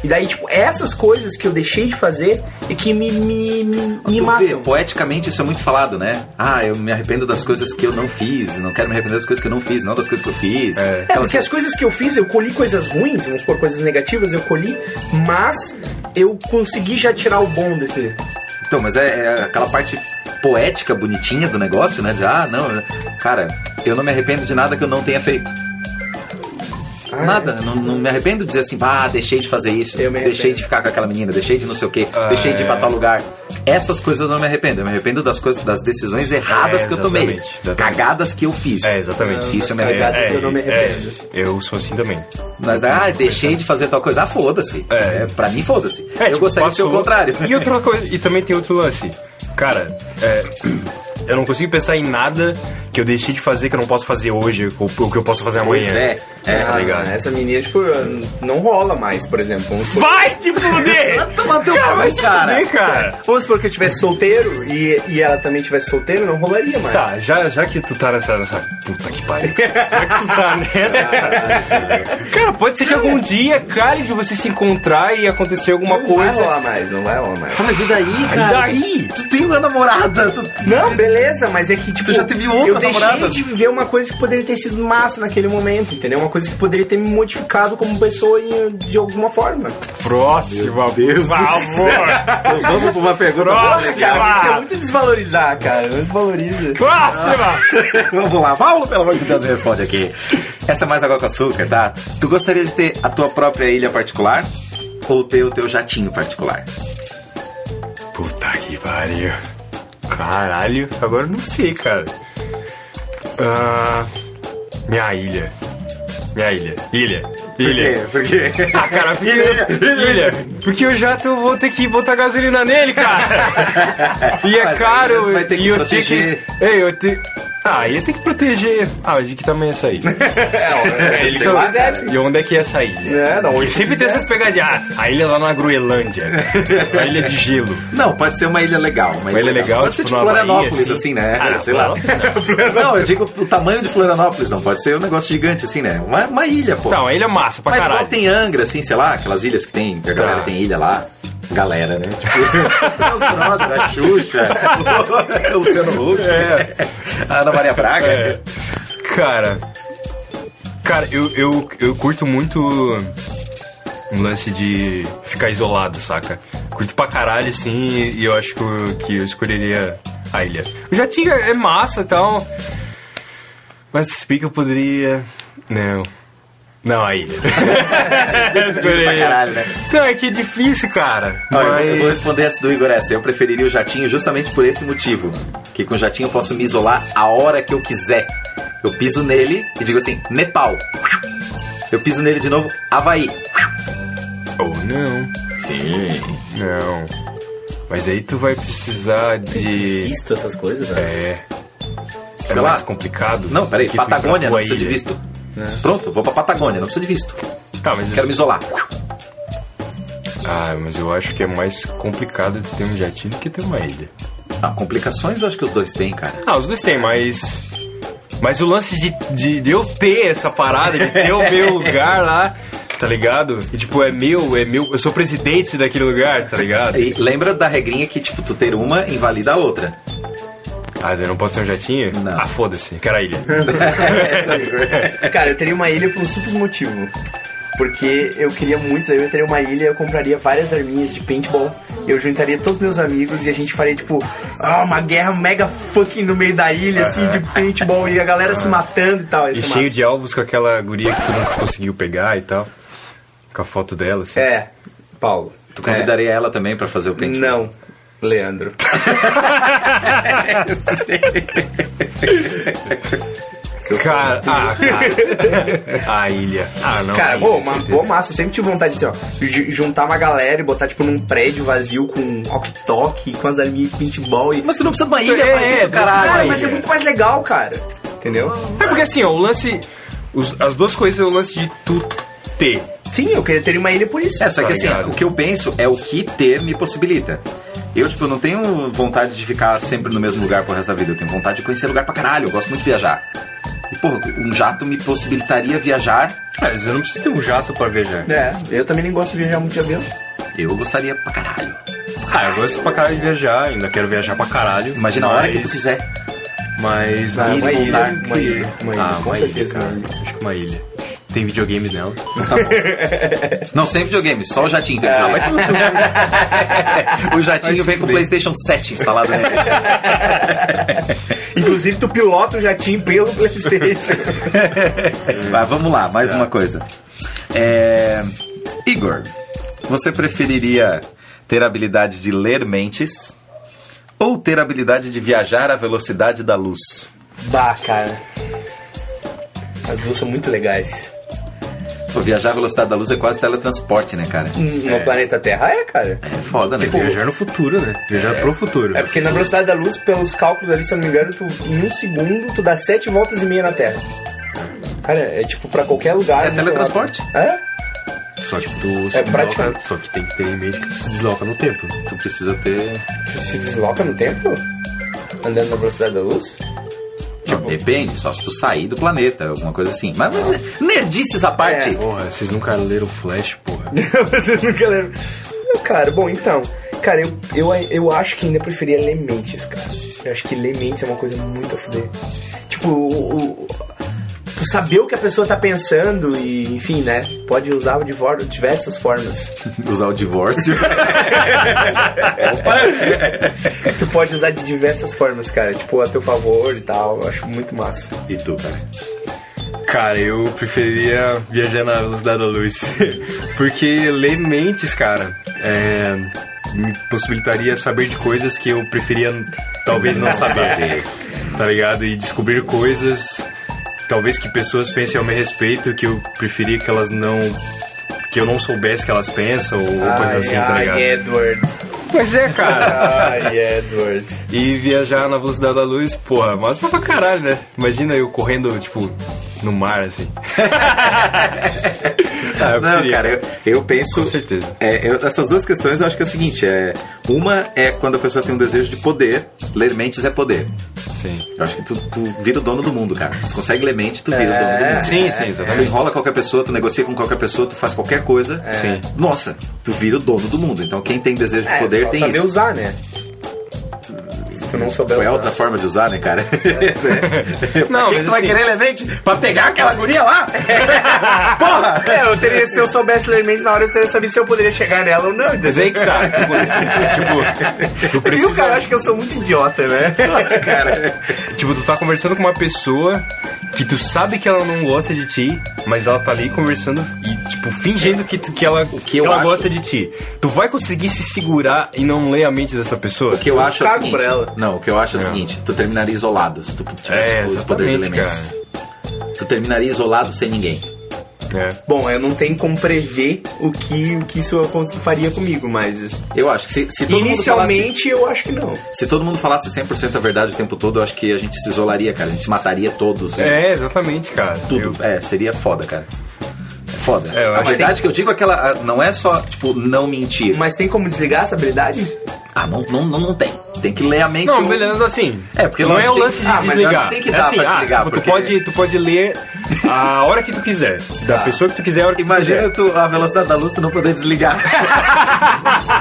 Speaker 4: E daí, tipo, essas coisas que eu deixei de fazer e que me, me, me, me
Speaker 2: Tu vê,
Speaker 4: matam.
Speaker 2: poeticamente isso é muito falado, né? Ah, eu me arrependo das coisas que eu não fiz, não quero me arrepender das coisas que eu não fiz, não das coisas que eu fiz.
Speaker 4: É,
Speaker 2: Aquelas
Speaker 4: porque as coisas que eu fiz, eu colhi coisas ruins, vamos supor, coisas negativas, eu colhi, mas eu consegui já tirar o bom desse.
Speaker 2: Então, mas é, é aquela parte poética, bonitinha do negócio, né? De, ah, não, cara, eu não me arrependo de nada que eu não tenha feito.
Speaker 4: Ah,
Speaker 2: nada,
Speaker 3: é.
Speaker 2: não, não me arrependo de dizer assim, ah, deixei de fazer isso,
Speaker 4: Eu me
Speaker 2: deixei
Speaker 4: arrependo.
Speaker 2: de ficar com aquela menina, deixei de não sei o quê, deixei de ir pra
Speaker 3: é.
Speaker 2: tal lugar. Essas coisas eu não me arrependo, eu me arrependo das coisas, das decisões erradas
Speaker 3: É,
Speaker 2: que eu tomei,
Speaker 3: exatamente, exatamente.
Speaker 2: cagadas que eu fiz.
Speaker 3: É, exatamente.
Speaker 2: Isso eu me
Speaker 3: É,
Speaker 2: arrependo.
Speaker 4: cagadas eu não me
Speaker 3: é,
Speaker 4: arrependo.
Speaker 3: é, eu sou assim também.
Speaker 2: Mas, Ah, deixei de fazer tal coisa. Ah, foda-se.
Speaker 3: É.
Speaker 2: É. pra mim, foda-se.
Speaker 3: É,
Speaker 2: eu
Speaker 3: tipo,
Speaker 2: gostaria de ser
Speaker 3: passou.
Speaker 2: o contrário.
Speaker 3: E outra coisa, e também tem outro lance. Cara, é, eu não consigo pensar em nada que eu deixei de fazer, que eu não posso fazer hoje, ou, ou que eu posso fazer amanhã.
Speaker 2: Pois é. É,
Speaker 3: tá ligado?
Speaker 4: Ah, Essa menina, tipo, não rola mais, por exemplo. Vamos supor,
Speaker 3: Vai te fuder!
Speaker 2: Toma teu cu,
Speaker 3: vai se
Speaker 2: cara.
Speaker 3: fuder, cara!
Speaker 4: vamos supor que eu tivesse solteiro e, e ela também tivesse solteira, não rolaria mais.
Speaker 3: Tá, já, já que tu tá nessa, nessa. Puta que pariu. Já que tu tá nessa. cara, pode ser que algum dia calhe de você se encontrar e acontecer alguma
Speaker 4: Não vai
Speaker 3: coisa.
Speaker 4: rolar mais, não vai rolar mais.
Speaker 2: Ah, mas e daí,
Speaker 3: E
Speaker 2: cara?
Speaker 3: daí?
Speaker 2: Tu tem uma namorada. Tu...
Speaker 4: Não, beleza, mas é que, tipo,
Speaker 2: Tu já teve outras
Speaker 4: eu deixei
Speaker 2: namoradas?
Speaker 4: de viver uma coisa que poderia ter sido massa naquele momento, entendeu? Uma coisa que poderia ter me modificado como pessoa em- de alguma forma.
Speaker 3: Próxima, por favor!
Speaker 2: Então, Vamos pra uma pergunta.
Speaker 3: Nossa, cara.
Speaker 4: Isso é muito desvalorizar, cara. Não desvaloriza.
Speaker 3: Próxima!
Speaker 2: Vamos lá, Paulo, pelo amor de Deus, responde aqui. Essa é mais água com açúcar, tá? Tu gostaria de ter a tua própria ilha particular ou ter o teu jatinho particular?
Speaker 3: Puta que pariu. Caralho, agora eu não sei, cara. Ah, minha ilha. Minha ilha. Ilha. Ilha.
Speaker 2: Por quê? Por quê?
Speaker 3: Ah, cara, porque
Speaker 2: Ilha, ilha,
Speaker 3: ilha. Porque o jato eu vou ter que botar gasolina nele, cara. E é
Speaker 2: Mas aí
Speaker 3: caro.
Speaker 2: vai ter que
Speaker 3: e eu
Speaker 2: proteger.
Speaker 3: tenho que. Ei, eu tenho. Ah, ia ter que proteger. Ah, mas de que tamanho é isso aí?
Speaker 4: É,
Speaker 3: Ele
Speaker 4: se
Speaker 3: só-
Speaker 4: eu quisesse.
Speaker 3: E onde é que é essa ilha?
Speaker 4: É, da onde
Speaker 3: E sempre
Speaker 4: tu
Speaker 3: tem
Speaker 4: quiser.
Speaker 3: essas pegadinhas. Ah, a ilha lá na Groenlândia. A ilha de gelo.
Speaker 2: Não, pode ser uma ilha legal. Uma,
Speaker 3: ilha legal,
Speaker 2: Pode ser
Speaker 3: tipo
Speaker 2: tipo
Speaker 3: numa
Speaker 2: Florianópolis,
Speaker 3: Bahia,
Speaker 2: assim,
Speaker 3: assim.
Speaker 2: né?
Speaker 3: Ah, não,
Speaker 2: Sei lá. Não, eu digo o tamanho de Florianópolis, não. Pode ser um negócio gigante, assim, né? Uma, uma ilha, pô.
Speaker 3: Não, a ilha é massa pra
Speaker 2: Mas igual
Speaker 3: caralho.
Speaker 2: tem Angra, assim, sei lá, aquelas ilhas que tem, que a galera
Speaker 3: Tá.
Speaker 2: tem ilha lá. Galera, né? Tipo, os brother, a Xuxa, o Luciano Huck, a Ana Maria Braga.
Speaker 3: É. Cara. Cara, eu, eu, eu curto muito um lance de ficar isolado, saca? Curto pra caralho, assim, e eu acho que eu, que eu escolheria a ilha. O Jatinga é massa e tal. Mas se bem que eu poderia. Não. Não, a ilha.
Speaker 2: pra caralho, né?
Speaker 3: Não, é que é difícil, cara.
Speaker 2: Ó, eu- Eu vou
Speaker 3: mas.
Speaker 2: responder antes do Igor essa. Eu preferiria o jatinho justamente por esse motivo. Que com o jatinho eu posso me isolar a hora que eu quiser. Eu piso nele e digo assim, Nepal. Eu piso nele de novo, Havaí.
Speaker 3: Ou não.
Speaker 2: Sim.
Speaker 3: Não. Mas aí tu vai precisar de.
Speaker 4: Visto essas coisas, velho.
Speaker 3: É. É
Speaker 2: lá.
Speaker 3: mais complicado.
Speaker 2: Não, peraí,
Speaker 3: do que tu ir pra
Speaker 2: Patagônia, não
Speaker 3: tua
Speaker 2: precisa de
Speaker 3: ilha. É.
Speaker 2: visto. Pronto, vou pra Patagônia, não precisa de visto.
Speaker 3: Tá, mas.
Speaker 2: Quero me isolar.
Speaker 3: Ah, mas eu acho que é mais complicado de ter um jatinho do que ter uma ilha.
Speaker 2: Ah, complicações eu acho que os dois têm, cara.
Speaker 3: Ah, os dois tem, mas. Mas o lance de, de, de eu ter essa parada, de ter o meu lugar lá, tá ligado? E tipo, é meu, é meu. Eu sou presidente daquele lugar, tá ligado?
Speaker 2: E lembra da regrinha que, tipo, tu ter uma invalida a outra.
Speaker 3: Ah, eu não posso ter um jatinho?
Speaker 2: Não. é
Speaker 3: Ah, foda-se, quero a ilha.
Speaker 4: Cara, eu teria uma ilha por um simples motivo. Porque eu queria muito, daí eu teria uma ilha, eu compraria várias arminhas de paintball, eu juntaria todos meus amigos e a gente faria, tipo, ah, uma guerra mega fucking no meio da ilha, assim, de paintball, e a galera se matando e tal.
Speaker 3: E cheio de alvos com aquela guria que tu não conseguiu pegar e tal. Com a foto dela, assim.
Speaker 4: É, Paulo.
Speaker 2: Tu convidaria ela também pra fazer o pente?
Speaker 4: É. Não, Leandro.
Speaker 3: Cara, ah, cara. a ilha. Ah, não. a
Speaker 4: Cara,
Speaker 3: ilha,
Speaker 4: pô,
Speaker 3: com
Speaker 4: uma
Speaker 3: certeza.
Speaker 4: boa massa. Eu sempre tive vontade de, assim, ó, ju- juntar uma galera e botar, tipo, num prédio vazio com rock-talk, com as arminhas de paintball e...
Speaker 2: Mas tu não precisa de uma ilha
Speaker 3: É,
Speaker 2: pra isso,
Speaker 3: é,
Speaker 2: caralho.
Speaker 4: Cara,
Speaker 3: aí,
Speaker 4: mas é
Speaker 3: é.
Speaker 4: muito mais legal, cara. Entendeu?
Speaker 3: É porque assim, ó, o lance. os- as duas coisas é o lance de tu ter.
Speaker 4: Sim, eu queria ter uma ilha por isso.
Speaker 2: É, só que
Speaker 3: Tá
Speaker 2: assim,
Speaker 3: ligado.
Speaker 2: o que eu penso é o que ter me possibilita. Eu, tipo, não tenho vontade de ficar sempre no mesmo lugar pro resto da vida. Eu tenho vontade de conhecer lugar pra caralho. Eu gosto muito de viajar. E, porra, um jato me possibilitaria viajar.
Speaker 3: Cara, você não precisa ter um jato pra viajar.
Speaker 4: É, eu também nem gosto de viajar muito de avião.
Speaker 2: Eu gostaria pra caralho.
Speaker 3: Cara, Ah, eu gosto pra caralho de viajar, ainda quero viajar pra caralho.
Speaker 2: Imagina a hora que tu
Speaker 3: mas-
Speaker 2: quiser.
Speaker 3: Mas não
Speaker 2: uma
Speaker 3: vou
Speaker 2: ilha,
Speaker 3: dar-
Speaker 4: uma ilha, uma ilha,
Speaker 3: Ah,
Speaker 4: com
Speaker 3: uma ilha,
Speaker 4: certeza,
Speaker 3: cara.
Speaker 4: uma ilha.
Speaker 3: Acho que uma ilha. Tem videogames nela.
Speaker 2: Não, sem videogame, só o jatinho. Tem videogame. o jatinho vem com o PlayStation 7 instalado nele.
Speaker 4: Inclusive, tu pilota o jatinho pelo Playstation.
Speaker 2: Mas vamos lá, mais uma coisa. É, Igor, você preferiria ter a habilidade de ler mentes ou ter a habilidade de viajar à velocidade da luz?
Speaker 4: bah, cara. As duas são muito legais.
Speaker 2: pô, viajar à velocidade da luz é quase teletransporte, né, cara?
Speaker 4: No planeta Terra Hum, é, cara.
Speaker 2: É foda, né?
Speaker 3: Viajar no futuro, né? Viajar pro futuro.
Speaker 4: É porque na velocidade da luz, pelos cálculos ali, se eu não me engano, tu, em um segundo tu dá sete voltas e meia na Terra. Cara, é tipo pra qualquer lugar.
Speaker 2: É
Speaker 4: né?
Speaker 2: teletransporte.
Speaker 4: É?
Speaker 3: Só que tu se
Speaker 4: É
Speaker 3: desloca,
Speaker 4: praticamente.
Speaker 3: só que tem que ter em mente que tu se desloca no tempo.
Speaker 2: Tu precisa ter.
Speaker 4: Tu se desloca no tempo? Andando na velocidade da luz?
Speaker 2: Não, tipo, depende, só se tu sair do planeta, alguma coisa assim. Mas, mas nerdices à parte.
Speaker 4: É.
Speaker 3: Porra, vocês nunca leram Flash, porra.
Speaker 4: Vocês nunca lembram. Não, cara, bom, então. Cara, eu, eu, eu acho que ainda preferia ler mentes, cara. Eu acho que ler mentes é uma coisa muito a fuder. Tipo, o, o- tu saber o que a pessoa tá pensando e, enfim, né? Pode usar de vor- diversas formas.
Speaker 2: Usar o divórcio.
Speaker 4: É Tu pode usar de diversas formas, cara. Tipo, a teu favor e tal. Eu acho muito massa.
Speaker 2: e tu, cara?
Speaker 3: Cara, eu preferia viajar na velocidade da luz. Porque ler mentes, cara, é, me possibilitaria saber de coisas que eu preferia talvez não saber. tá ligado? E descobrir coisas, talvez que pessoas pensem ao meu respeito que eu preferia que elas não. que eu não soubesse que elas pensam ou coisa assim, tá ligado?
Speaker 4: Edward.
Speaker 3: Pois é, cara.
Speaker 4: Ai, Edward.
Speaker 3: E viajar na velocidade da luz, porra, massa pra caralho, né? Imagina eu correndo, tipo, no mar, assim. Ah, eu
Speaker 2: Não,
Speaker 3: preferia,
Speaker 2: cara, eu, eu penso.
Speaker 3: Com certeza.
Speaker 2: É, eu- essas duas questões eu acho que é o seguinte: é, uma é quando a pessoa tem um desejo de poder, ler mentes é poder.
Speaker 3: Sim.
Speaker 2: Eu acho que tu, tu vira o dono do mundo, cara. Se tu consegue ler mente, tu vira o dono do mundo.
Speaker 3: É,
Speaker 2: É.
Speaker 3: Sim, sim,
Speaker 2: Tu
Speaker 3: exatamente. É.
Speaker 2: enrola qualquer pessoa, tu negocia com qualquer pessoa, tu faz qualquer coisa.
Speaker 3: Sim.
Speaker 2: Nossa, tu vira o dono do mundo. Então quem tem desejo de
Speaker 4: É,
Speaker 2: poder
Speaker 4: só
Speaker 2: tem
Speaker 4: saber
Speaker 2: isso.
Speaker 4: usar, né? Se tu não souber
Speaker 2: Qual é
Speaker 4: usar.
Speaker 2: outra forma de usar, né, cara? Pra
Speaker 3: Não,
Speaker 4: É.
Speaker 2: que
Speaker 3: mas
Speaker 2: tu vai
Speaker 3: assim-
Speaker 2: querer ler mente? Pra pegar aquela guria lá? Porra!
Speaker 4: É, eu teria, se eu soubesse ler mente na hora, eu teria sabido se eu poderia chegar nela ou não. entendeu?
Speaker 3: Mas aí que tá. Tipo, tipo, tu
Speaker 4: Viu, cara?
Speaker 3: precisa.
Speaker 4: Acho que eu sou muito idiota, né?
Speaker 3: Tipo, tu tá conversando com uma pessoa que tu sabe que ela não gosta de ti, mas ela tá ali conversando e, tipo, fingindo que, tu- que ela, que
Speaker 2: eu
Speaker 3: ela
Speaker 2: acho-
Speaker 3: gosta de ti. Tu vai conseguir se segurar e não ler a mente dessa pessoa?
Speaker 2: O que eu acho é o
Speaker 4: cago
Speaker 2: seguinte.
Speaker 4: pra ela.
Speaker 2: Não, o que eu acho é o seguinte, tu terminaria isolado se tu tivesse o
Speaker 3: É,
Speaker 2: poder de
Speaker 3: exatamente,
Speaker 2: elementos. Tu terminaria isolado sem ninguém.
Speaker 3: É.
Speaker 4: Bom, eu não tenho como prever o que, o que isso acon- faria comigo, mas.
Speaker 2: Eu acho que se, se todo mundo
Speaker 4: Inicialmente, eu acho que não.
Speaker 2: falasse, se todo mundo falasse 100% a verdade o tempo todo, eu acho que a gente se isolaria, cara. A gente se mataria todos. né?
Speaker 3: É, exatamente, cara. Eu-
Speaker 2: Tudo. É, seria foda, cara. É foda.
Speaker 3: É, eu
Speaker 2: a
Speaker 3: acho que
Speaker 2: verdade que eu digo é que ela ah, não é só, tipo, não mentir.
Speaker 4: Mas tem como desligar essa habilidade?
Speaker 2: Ah, não, não, não, não tem. Tem que ler a mente. um
Speaker 3: Não,
Speaker 2: o-
Speaker 3: beleza, assim.
Speaker 2: É, porque
Speaker 3: não é
Speaker 2: lógico
Speaker 3: o
Speaker 2: tem
Speaker 3: lance
Speaker 2: que-
Speaker 3: de
Speaker 2: Ah, mas
Speaker 3: desligar.
Speaker 2: tem que
Speaker 3: é
Speaker 2: dar
Speaker 3: assim,
Speaker 2: pra
Speaker 3: ah,
Speaker 2: desligar,
Speaker 3: tipo,
Speaker 2: porque-
Speaker 3: tu, pode, tu pode ler a hora que tu quiser. Da pessoa que tu quiser, a hora que
Speaker 2: Tá. Imagina
Speaker 3: tu
Speaker 2: tu, a velocidade da luz tu não poder desligar.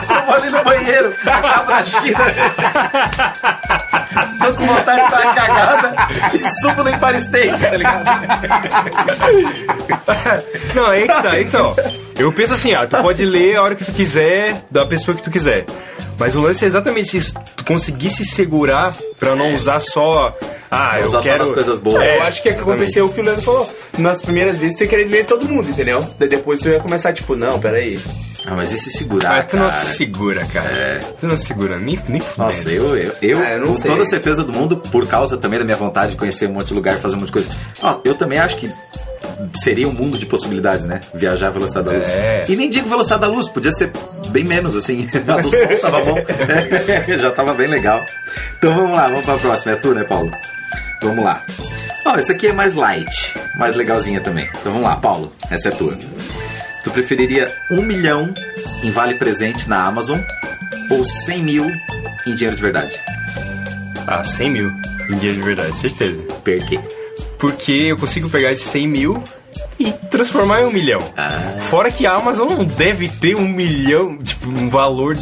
Speaker 2: eu vou ali no banheiro, acaba a China. Tô com vontade de dar uma cagada e subo no Empire State, tá ligado?
Speaker 3: quiser. Não, aí que tá. Então, eu penso assim, ah, tu pode ler a hora que tu quiser, da pessoa que tu quiser. Mas o lance é exatamente isso. Tu conseguir se segurar pra não usar só... Ah, eu
Speaker 2: É. usar só
Speaker 3: quero...
Speaker 2: nas coisas boas.
Speaker 3: É,
Speaker 4: eu acho que é que
Speaker 3: exatamente.
Speaker 4: aconteceu o que o Leandro falou. Nas primeiras vezes, tu ia querer ler todo mundo, entendeu? Daí depois tu ia começar, tipo, não, peraí.
Speaker 2: Ah, mas e se
Speaker 3: Ah,
Speaker 2: segurar,
Speaker 3: tu não se segura, cara. Tu não se segura, nem, nem fudendo.
Speaker 2: Nossa, eu, eu, eu,
Speaker 4: Ah, eu não
Speaker 2: com
Speaker 4: sei.
Speaker 2: toda a certeza do mundo, por causa também da minha vontade de conhecer um monte de lugar, fazer um monte de coisa. Ó, eu também acho que seria um mundo de possibilidades, né? Viajar à velocidade da luz.
Speaker 3: É.
Speaker 2: E nem digo velocidade da luz, podia ser bem menos, assim. A do som tava bom. Já tava bem legal. Então vamos lá, vamos pra próxima. É tu, né, Paulo? Vamos lá. Ó, esse aqui é mais light, mais legalzinha também. Então vamos lá, Paulo. Essa é tua. Tu preferiria um milhão em vale presente na Amazon ou 100 mil em dinheiro de verdade?
Speaker 3: Ah, 100 mil em dinheiro de verdade, certeza.
Speaker 2: Perquê?
Speaker 3: Porque eu consigo pegar esses 100 mil e transformar em um milhão.
Speaker 2: Ah.
Speaker 3: Fora que a Amazon não deve ter um milhão, tipo, um valor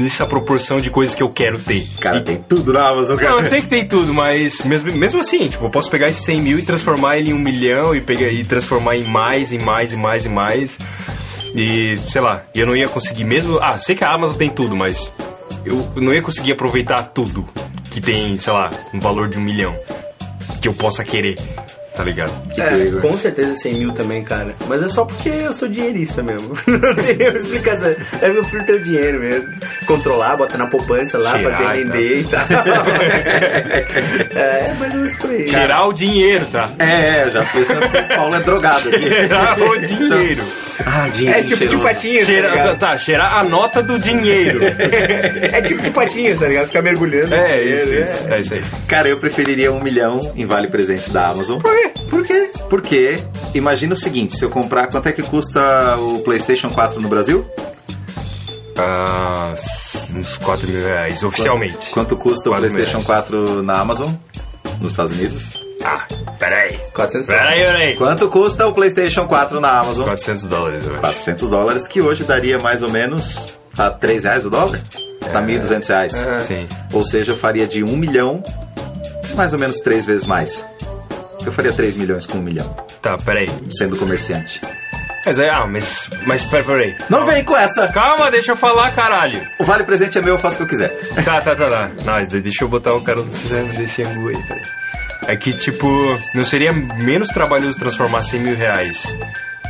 Speaker 3: dessa proporção de coisas que eu quero ter.
Speaker 2: Cara,
Speaker 3: E-
Speaker 2: tem tudo na Amazon, cara.
Speaker 3: Não, eu sei que tem tudo, mas mesmo, mesmo assim, tipo, eu posso pegar esses 100 mil e transformar ele em um milhão e, pegar, e transformar em mais, e mais, e mais, e mais. E, sei lá, eu não ia conseguir mesmo... Ah, sei que a Amazon tem tudo, mas eu não ia conseguir aproveitar tudo que tem, sei lá, um valor de um milhão que eu possa querer, tá ligado?
Speaker 4: É, com certeza 100 mil também, cara. Mas é só porque eu sou dinheirista mesmo. Não tem nenhuma explicação. É porque eu prefiro ter o dinheiro mesmo. controlar, botar na poupança lá,
Speaker 3: Cheirar
Speaker 4: fazer
Speaker 3: e tal.
Speaker 4: render e tal. é, mais ou menos por aí.
Speaker 3: Tirar o dinheiro, tá?
Speaker 2: É, é, já pensando que o Paulo é drogado aqui.
Speaker 3: Cheirar o dinheiro.
Speaker 6: Ah, dinheiro.
Speaker 4: É tipo de
Speaker 2: Cheiroso.
Speaker 4: patinhas, tá
Speaker 3: Cheirar,
Speaker 4: ligado?
Speaker 3: tá, cheirar a nota do dinheiro.
Speaker 4: É tipo de patinhas, tá ligado? Ficar mergulhando.
Speaker 3: É isso, isso, é isso aí.
Speaker 2: Cara, eu preferiria um milhão em vale presentes da Amazon. Por quê? Por quê? Porque, imagina o seguinte, se eu comprar, quanto é que custa o Playstation 4 no Brasil?
Speaker 3: Ah, uns 4 mil reais, oficialmente.
Speaker 2: Quanto custa o
Speaker 3: Quatro mil
Speaker 2: Playstation 4 na Amazon? Nos Estados Unidos?
Speaker 3: Ah, peraí.
Speaker 4: 400
Speaker 3: Peraí, peraí.
Speaker 2: Quanto custa o Playstation 4 na Amazon?
Speaker 3: 400 dólares, eu acho.
Speaker 2: 400 dólares, que hoje daria mais ou menos a 3 reais o dólar?
Speaker 3: É.
Speaker 2: Tá 1.200 reais.
Speaker 3: Sim.
Speaker 2: Ou seja, eu faria de 1 milhão, mais ou menos 3 vezes mais. Eu faria 3 milhões com 1 milhão,
Speaker 3: Tá, peraí.
Speaker 2: sendo comerciante.
Speaker 3: Mas aí, ah, mas, mas pera- peraí.
Speaker 2: Não vem com essa!
Speaker 3: Calma, deixa eu falar, caralho.
Speaker 2: O vale presente é meu, eu faço o que eu quiser.
Speaker 3: Tá, tá, tá, tá. Não, deixa eu botar o cara desse, desse ângulo aí, peraí. É que, tipo, não seria menos trabalhoso transformar 100 mil reais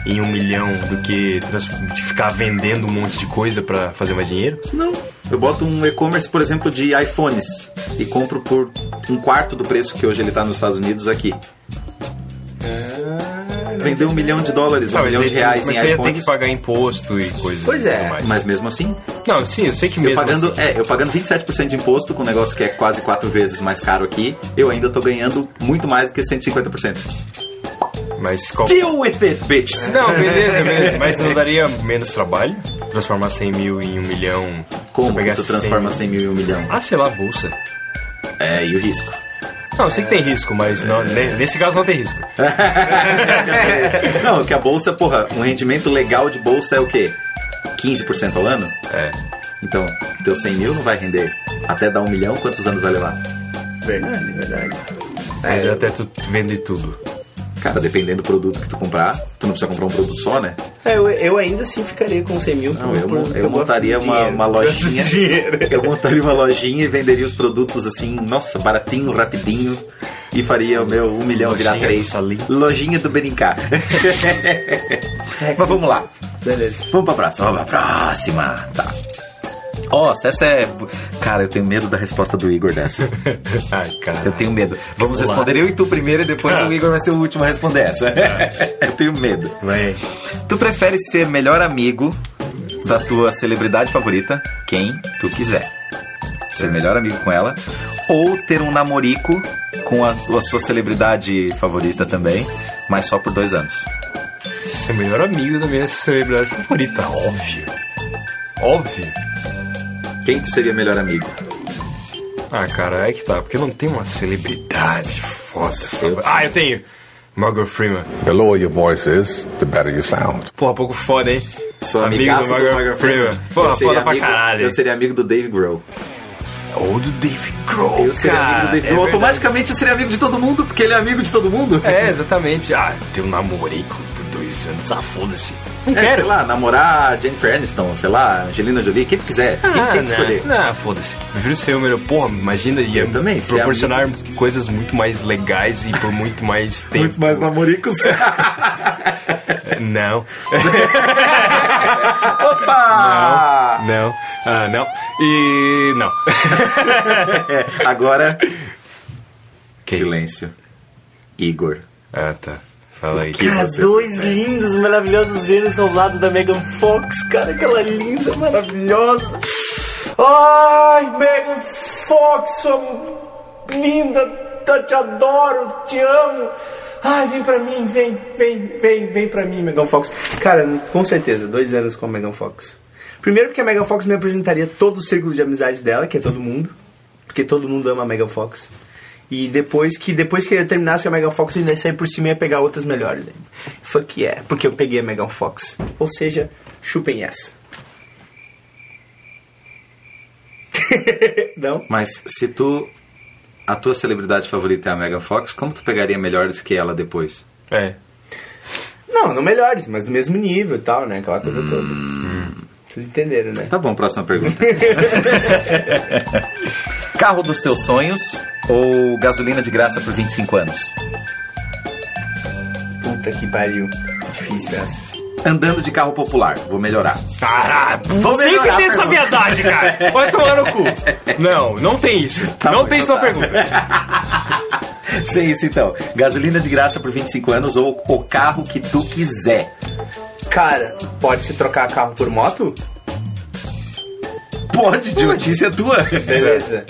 Speaker 3: em um milhão do que trans- de ficar vendendo um monte de coisa pra fazer mais dinheiro?
Speaker 2: Não. Eu boto um e-commerce, por exemplo, de iPhones e compro por um quarto do preço que hoje ele tá nos Estados Unidos aqui. Vendeu um milhão de dólares, um
Speaker 3: Ah, Não, mas
Speaker 2: milhão
Speaker 3: aí
Speaker 2: de
Speaker 3: tu-
Speaker 2: reais
Speaker 3: mas
Speaker 2: em
Speaker 3: tu ia ter
Speaker 2: iPhones.
Speaker 3: que pagar imposto e coisas
Speaker 4: Pois é,
Speaker 3: e tudo mais.
Speaker 2: Mas mesmo assim,
Speaker 3: Não, sim, eu sei que
Speaker 2: eu
Speaker 3: mesmo
Speaker 2: pagando,
Speaker 3: assim-
Speaker 2: é, eu pagando 27% de imposto com um negócio que é quase quatro vezes mais caro aqui, eu ainda tô ganhando muito mais do que 150%.
Speaker 3: assim, Mas qual...
Speaker 2: Deal with it, bitches!
Speaker 3: Não, beleza, beleza. Mas não daria menos trabalho? Transformar 100 mil em um milhão...
Speaker 2: Como
Speaker 3: Só pegar
Speaker 2: que tu transforma 100 mil em um milhão?
Speaker 3: Ah, sei lá, bolsa.
Speaker 2: É, e o risco?
Speaker 3: Não, eu sei que
Speaker 2: É.
Speaker 3: tem risco, mas não- ne- nesse caso não tem risco.
Speaker 2: Não, que a bolsa, porra, um rendimento legal de bolsa é o quê? 15% ao ano?
Speaker 3: É.
Speaker 2: Então, teu 100 mil não vai render. Até dar um milhão, quantos anos vai levar?
Speaker 4: Verdade, verdade.
Speaker 3: Mas até tu vende tudo.
Speaker 2: Cara, dependendo do produto que tu comprar, tu não precisa comprar um produto só, né?
Speaker 4: É, eu, eu ainda assim ficaria com 100 mil.
Speaker 2: Não,
Speaker 4: por-
Speaker 2: eu,
Speaker 4: por-
Speaker 2: mon-
Speaker 4: porque
Speaker 2: eu
Speaker 4: gosto
Speaker 2: montaria
Speaker 4: de
Speaker 2: uma,
Speaker 4: dinheiro.
Speaker 2: uma lojinha.
Speaker 4: Dinheiro.
Speaker 2: Eu montaria uma lojinha e venderia os produtos assim, nossa, baratinho, rapidinho. E faria o meu um milhão
Speaker 3: Lojinha
Speaker 2: virar três.
Speaker 3: do Salim.
Speaker 2: Lojinha do Brincar. Mas vamos lá.
Speaker 4: Beleza.
Speaker 2: Vamos pra próxima. Vamos pra próxima. Tá. Nossa, essa é. Cara, eu tenho medo da resposta do Igor dessa.
Speaker 3: Ai, cara.
Speaker 2: Eu tenho medo. Vamos Ah. Tá.
Speaker 3: Vamos lá.
Speaker 2: responder eu e tu primeiro e depois o Igor vai ser o último a responder essa. eu tenho medo.
Speaker 3: Vai.
Speaker 2: Tu prefere ser melhor amigo da tua celebridade favorita, quem tu quiser. Ser melhor amigo com ela. Ou ter um namorico com a, a sua celebridade favorita também, mas só por dois anos.
Speaker 3: Ser é melhor amigo da minha celebridade favorita, óbvio. Óbvio.
Speaker 2: Quem tu seria melhor amigo?
Speaker 3: Ah, cara, é que tá, porque não tem uma celebridade foda. Ah, eu tenho! Margot Freeman.
Speaker 7: The lower your voice is, the better you sound.
Speaker 3: Porra, pouco foda, hein?
Speaker 2: Sou
Speaker 3: Amigo
Speaker 2: amigaço
Speaker 3: do Morgan Freeman. Porra,
Speaker 2: Eu seria
Speaker 3: foda pra
Speaker 2: amigo-
Speaker 3: caralho.
Speaker 2: Eu seria amigo do Dave Grohl.
Speaker 3: Ou do Dave Grohl,
Speaker 2: Eu seria
Speaker 3: cara.
Speaker 2: amigo do Dave
Speaker 3: é
Speaker 2: Grohl.
Speaker 3: verdade.
Speaker 2: Automaticamente eu seria amigo de todo mundo, porque ele é amigo de todo mundo.
Speaker 3: É, exatamente. Ah, tem um namorico por dois anos. Ah, foda-se. Não
Speaker 2: É, sei
Speaker 3: quero.
Speaker 2: lá, namorar Jennifer Aniston, sei lá, Angelina Jolie, quem tu quiser, quem,
Speaker 3: Ah,
Speaker 2: quem tu escolher.
Speaker 3: não, não, foda-se. Prefiro ser o melhor. Porra, imagina, ia
Speaker 2: Eu também, ser
Speaker 3: proporcionar coisas muito mais legais e por muito mais tempo.
Speaker 2: namoricos.
Speaker 3: Não,
Speaker 2: Opa!
Speaker 3: não, ah, não. E não.
Speaker 2: É, agora. Silêncio. Igor.
Speaker 3: Ah, tá. Fala aí.
Speaker 4: Cara, dois lindos, maravilhosos gêmeos ao lado da Megan Fox, cara, aquela linda, maravilhosa. Ai, Megan Fox, sua linda, tá- te adoro, te amo. Ai, vem pra mim, vem, vem, vem, vem pra mim, Megan Fox. Cara, com certeza, dois anos com a Megan Fox. Primeiro porque a Megan Fox me apresentaria todo o círculo de amizades dela, que é todo mundo. Porque todo mundo ama a Megan Fox. E depois que depois que ele terminasse com a Megan Fox, ele ia sair por cima e ia pegar outras melhores ainda. Fuck yeah, porque eu peguei a Megan Fox. Ou seja, chupem essa. Não?
Speaker 2: Mas se tu. A tua celebridade favorita é a Megan Fox, como tu pegaria melhores que ela depois?
Speaker 3: É.
Speaker 4: Não, não melhores, mas do mesmo nível e tal, né? Aquela coisa toda. Vocês entenderam, né?
Speaker 2: Tá bom, próxima pergunta. Carro dos teus sonhos ou gasolina de graça por 25 anos?
Speaker 4: Puta que pariu. Difícil essa.
Speaker 2: andando de carro popular. Vou melhorar.
Speaker 3: Caralho,
Speaker 2: Vou
Speaker 3: sempre
Speaker 2: melhorar a
Speaker 3: tem essa
Speaker 2: pergunta.
Speaker 3: verdade, cara. Vai tomar no cu. Não, não tem isso.
Speaker 2: Tá
Speaker 3: não
Speaker 2: bom,
Speaker 3: tem
Speaker 2: então
Speaker 3: sua
Speaker 2: tá.
Speaker 3: pergunta.
Speaker 2: Sei isso então. Gasolina de graça por 25 anos ou o carro que tu quiser.
Speaker 4: Cara, pode-se trocar carro por moto?
Speaker 2: Pode, de notícia é tua.
Speaker 4: Beleza.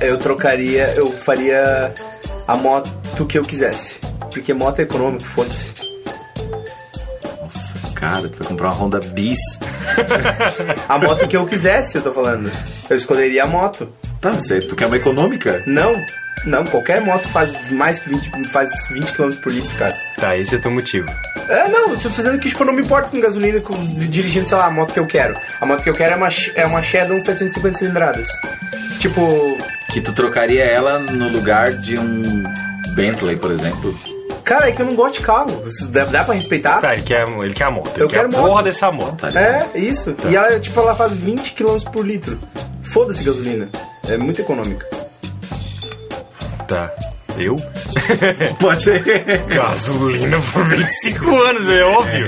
Speaker 4: Eu trocaria, eu faria a moto que eu quisesse. Porque moto é econômico, foda-se.
Speaker 2: Nossa, cara, tu vai comprar uma Honda Bis.
Speaker 4: A moto que eu quisesse, eu tô falando. Eu escolheria a moto.
Speaker 2: Tá, você, tu quer uma econômica?
Speaker 4: Não, não, qualquer moto faz mais que 20, faz 20 km por litro, cara.
Speaker 3: Tá, esse é o teu motivo.
Speaker 4: É, não, eu tô dizendo que tipo, eu não me importo com gasolina, com, dirigindo, sei lá, a moto que eu quero. A moto que eu quero é uma, é uma Shadow 750 cilindradas. Tipo,
Speaker 2: Que tu trocaria ela no lugar de um Bentley, por exemplo.
Speaker 4: cara, é que eu não gosto de carro. Isso Dá, dá pra respeitar?
Speaker 3: Tá, ele quer, ele quer a moto. Ele
Speaker 4: Eu
Speaker 3: quer a
Speaker 4: quero moto.
Speaker 3: porra dessa moto.
Speaker 4: É, isso.
Speaker 3: Tá.
Speaker 4: E ela, tipo, ela faz 20 km por litro. Foda-se gasolina. É muito econômica.
Speaker 3: Tá. Eu?
Speaker 2: Pode ser.
Speaker 3: Gasolina por 25 anos, é óbvio.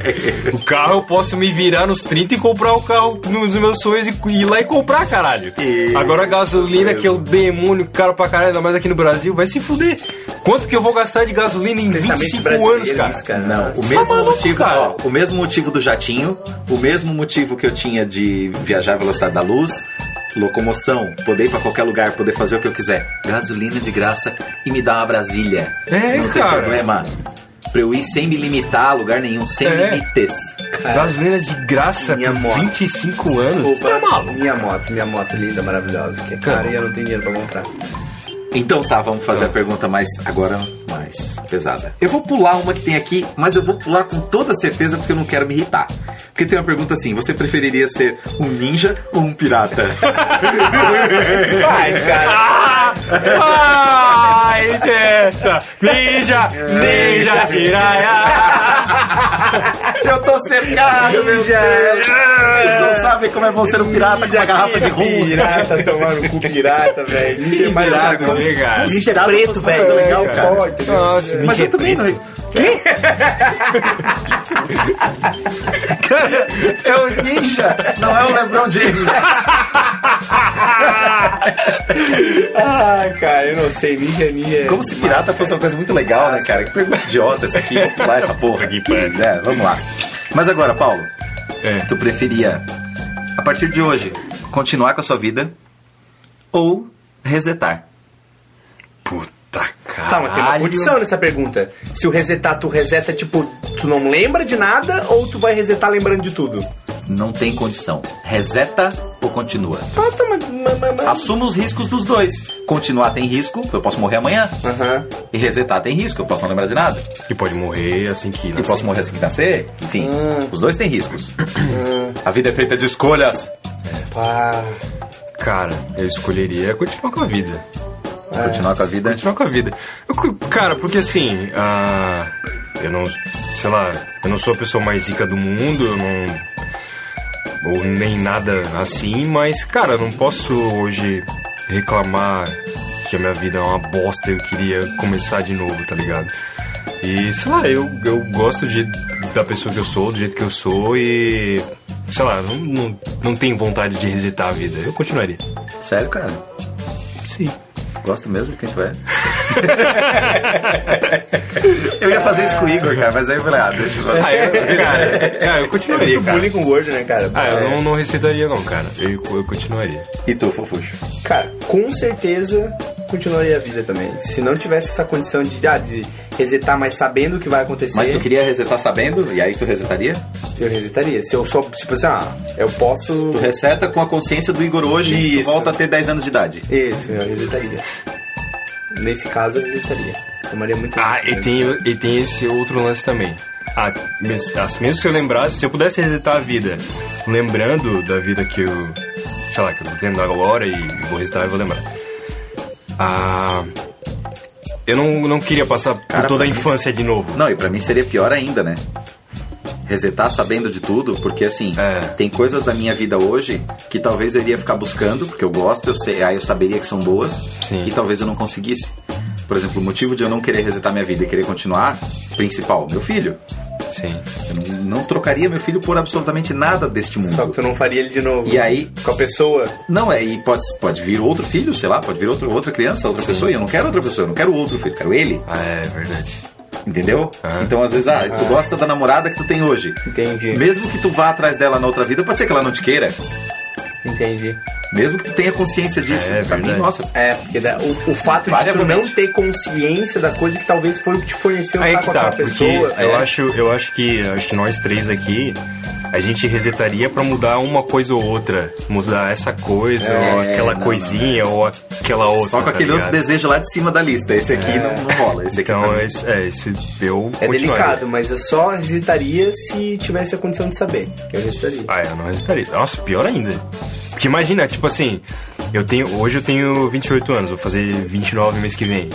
Speaker 3: O carro eu posso me virar nos 30 e comprar o carro nos meus sonhos e ir lá e comprar, caralho.
Speaker 2: Isso
Speaker 3: Agora a gasolina, que é o demônio caro pra caralho, ainda mais aqui no Brasil, vai se fuder. Quanto que eu vou gastar de gasolina em 25 anos,
Speaker 4: brasileiro,
Speaker 3: cara?
Speaker 4: isso, cara.
Speaker 2: Não, o
Speaker 3: Tá
Speaker 2: mesmo
Speaker 3: maluco,
Speaker 2: motivo,
Speaker 3: cara?
Speaker 2: ó, o mesmo motivo do jatinho, o mesmo motivo que eu tinha de viajar à velocidade da luz, locomoção, poder ir pra qualquer lugar, poder fazer o que eu quiser, gasolina de graça e me dar uma Brasília.
Speaker 3: É,
Speaker 2: Não
Speaker 3: cara.
Speaker 2: tem problema. Pra eu ir sem me limitar a lugar nenhum, sem
Speaker 3: É.
Speaker 2: limites.
Speaker 3: Gasolina de graça
Speaker 4: Minha
Speaker 3: por
Speaker 4: moto.
Speaker 3: 25 anos?
Speaker 4: Desculpa,
Speaker 3: Tá maluco? Tá
Speaker 4: minha moto, minha moto linda, maravilhosa, que é cara e eu não tenho dinheiro pra comprar.
Speaker 2: Então tá, vamos fazer a pergunta mais agora mais pesada. Eu vou pular uma que tem aqui, mas eu vou pular com toda certeza porque eu não quero me irritar. Porque tem uma pergunta assim: você preferiria ser um ninja ou um pirata?
Speaker 4: Vai, cara.
Speaker 3: Ai,
Speaker 4: É.
Speaker 3: essa! Ninja, ninja, piraia!
Speaker 2: Eu tô cercado, meu Deus! Vocês não sabem como é bom ser um pirata com uma garrafa de rum.
Speaker 4: Pirata, tomar no cu pirata, velho. Ninja é mais
Speaker 3: Pirata,
Speaker 4: legal.
Speaker 3: né, cara?
Speaker 2: Ninja preto,
Speaker 4: Velho,
Speaker 2: legal, cara.
Speaker 4: pode, entendeu?
Speaker 3: Nossa,
Speaker 2: Mas eu também não. Cara, é o ninja, não é o LeBron James.
Speaker 4: Ah, cara, eu não sei, ninja, ninja. é-
Speaker 2: Como se pirata fosse uma coisa muito legal, né, cara? Que pergunta idiota essa aqui. Vou pular essa porra aqui, né? Vamos lá. Mas agora, Paulo,
Speaker 3: É.
Speaker 2: tu preferia, a partir de hoje, continuar com a sua vida ou resetar?
Speaker 3: Puta cara.
Speaker 4: Tá, mas tem uma condição nessa pergunta. Se o resetar, tu reseta, tipo, tu não lembra de nada ou tu vai resetar lembrando de tudo?
Speaker 2: Não tem condição. Reseta ou continua?
Speaker 4: Ah, tá, mas... mas- mas- mas-
Speaker 2: Assuma os riscos dos dois. Continuar tem risco, eu posso morrer amanhã.
Speaker 4: Aham.
Speaker 2: E resetar tem risco, eu posso não lembrar de nada.
Speaker 3: E pode morrer assim que.
Speaker 2: E posso morrer assim que nascer. Enfim, os dois têm riscos. A vida é feita de escolhas.
Speaker 4: Pá.
Speaker 3: Cara, eu escolheria continuar com a vida.
Speaker 2: Continuar com a vida.
Speaker 3: Continuar com a vida. Eu cu- cara, porque assim. ah, eu não. Sei lá, eu não sou a pessoa mais rica do mundo, eu não. Ou nem nada assim, mas, cara, eu não posso hoje reclamar que a minha vida é uma bosta e eu queria começar de novo, tá ligado? E, sei lá, eu, eu gosto de, da pessoa que eu sou, do jeito que eu sou e. Sei lá, não, não, não tenho vontade de resetar a vida. Eu continuaria.
Speaker 2: Sério, cara?
Speaker 3: Sim.
Speaker 2: Gosto mesmo de quem tu é. eu ia fazer isso com o Igor, cara, mas aí eu falei, ah, deixa eu
Speaker 3: Ah, eu, cara, ah, eu
Speaker 4: É
Speaker 3: continuaria,
Speaker 4: muito
Speaker 3: cara.
Speaker 4: bullying com o Word, né, cara?
Speaker 3: Ah, eu não,
Speaker 4: É.
Speaker 3: não recitaria não, cara. Eu, eu continuaria.
Speaker 2: E tu, fofuxo?
Speaker 4: Cara, com certeza continuaria a vida também. Se não tivesse essa condição de, ah, de resetar, mas sabendo o que vai acontecer,
Speaker 2: Mas tu queria resetar sabendo? E aí tu resetaria?
Speaker 4: eu resetaria. Se eu só, tipo assim, ah, eu posso.
Speaker 2: Tu reseta com a consciência do Igor hoje e tu
Speaker 4: Isso.
Speaker 2: volta a ter 10 anos de idade.
Speaker 4: Isso, eu resetaria. Nesse caso, eu resetaria. Tomaria muito
Speaker 3: Ah,
Speaker 4: risco,
Speaker 3: e
Speaker 4: né?
Speaker 3: tem, e tem esse outro lance também. Ah, mes- as- mesmo se eu lembrasse, se eu pudesse resetar a vida, lembrando da vida que eu. Sei lá, que eu tô tendo agora e vou resetar e vou lembrar. Ah. Eu não, não queria passar por toda a infância de novo.
Speaker 2: Não, e pra mim seria pior ainda, né? Resetar sabendo de tudo, porque assim,
Speaker 3: É.
Speaker 2: tem coisas da minha vida hoje que talvez eu iria ficar buscando, porque eu gosto, eu sei, aí eu saberia que são boas,
Speaker 3: Sim.
Speaker 2: e talvez eu não conseguisse. Por exemplo, o motivo de eu não querer resetar minha vida e querer continuar, principal, meu filho.
Speaker 3: Sim.
Speaker 2: Eu não, não trocaria meu filho por absolutamente nada deste mundo.
Speaker 4: Só que tu não faria ele de novo.
Speaker 2: E aí?
Speaker 4: Com a pessoa.
Speaker 2: Não, é, e pode, pode vir outro filho, sei lá, pode vir outro, outra criança, outra pessoa. E eu não quero outra pessoa, eu não quero outro filho, eu quero ele.
Speaker 3: Ah, é verdade.
Speaker 2: Entendeu?
Speaker 3: Ah.
Speaker 2: Então, às vezes, ah, tu gosta da namorada que tu tem hoje.
Speaker 4: Entendi.
Speaker 2: Mesmo que tu vá atrás dela na outra vida, pode ser que ela não te queira.
Speaker 4: Entendi.
Speaker 2: Mesmo que tu tenha consciência disso.
Speaker 3: É,
Speaker 2: pra mim,
Speaker 3: verdade.
Speaker 2: nossa.
Speaker 4: É, porque da- o, o fato de tu
Speaker 2: Variavelmente.
Speaker 4: não ter consciência da coisa que talvez foi o que te forneceu
Speaker 3: Aí
Speaker 4: estar
Speaker 3: que
Speaker 4: com
Speaker 3: tá,
Speaker 4: aquela
Speaker 3: porque
Speaker 4: pessoa.
Speaker 3: eu,
Speaker 4: é.
Speaker 3: acho, eu acho que eu acho que nós três aqui a gente resetaria pra mudar uma coisa ou outra. Mudar essa coisa, ou
Speaker 2: É,
Speaker 3: aquela
Speaker 2: não, é.
Speaker 3: coisinha, ou aquela outra.
Speaker 2: Só com
Speaker 3: tá
Speaker 2: aquele outro
Speaker 3: ligado? É.
Speaker 2: desejo lá de cima da lista. Esse aqui não, não rola. Esse aqui pra
Speaker 3: Então,
Speaker 2: mim.
Speaker 3: esse, é, esse eu
Speaker 4: É
Speaker 3: continuaria.
Speaker 4: delicado, mas eu só hesitaria se tivesse a condição de saber. Eu hesitaria.
Speaker 3: Ah, eu não hesitaria. Nossa, pior ainda. Porque imagina, tipo assim, eu tenho, hoje eu tenho 28 anos, vou fazer 29 mês que vem.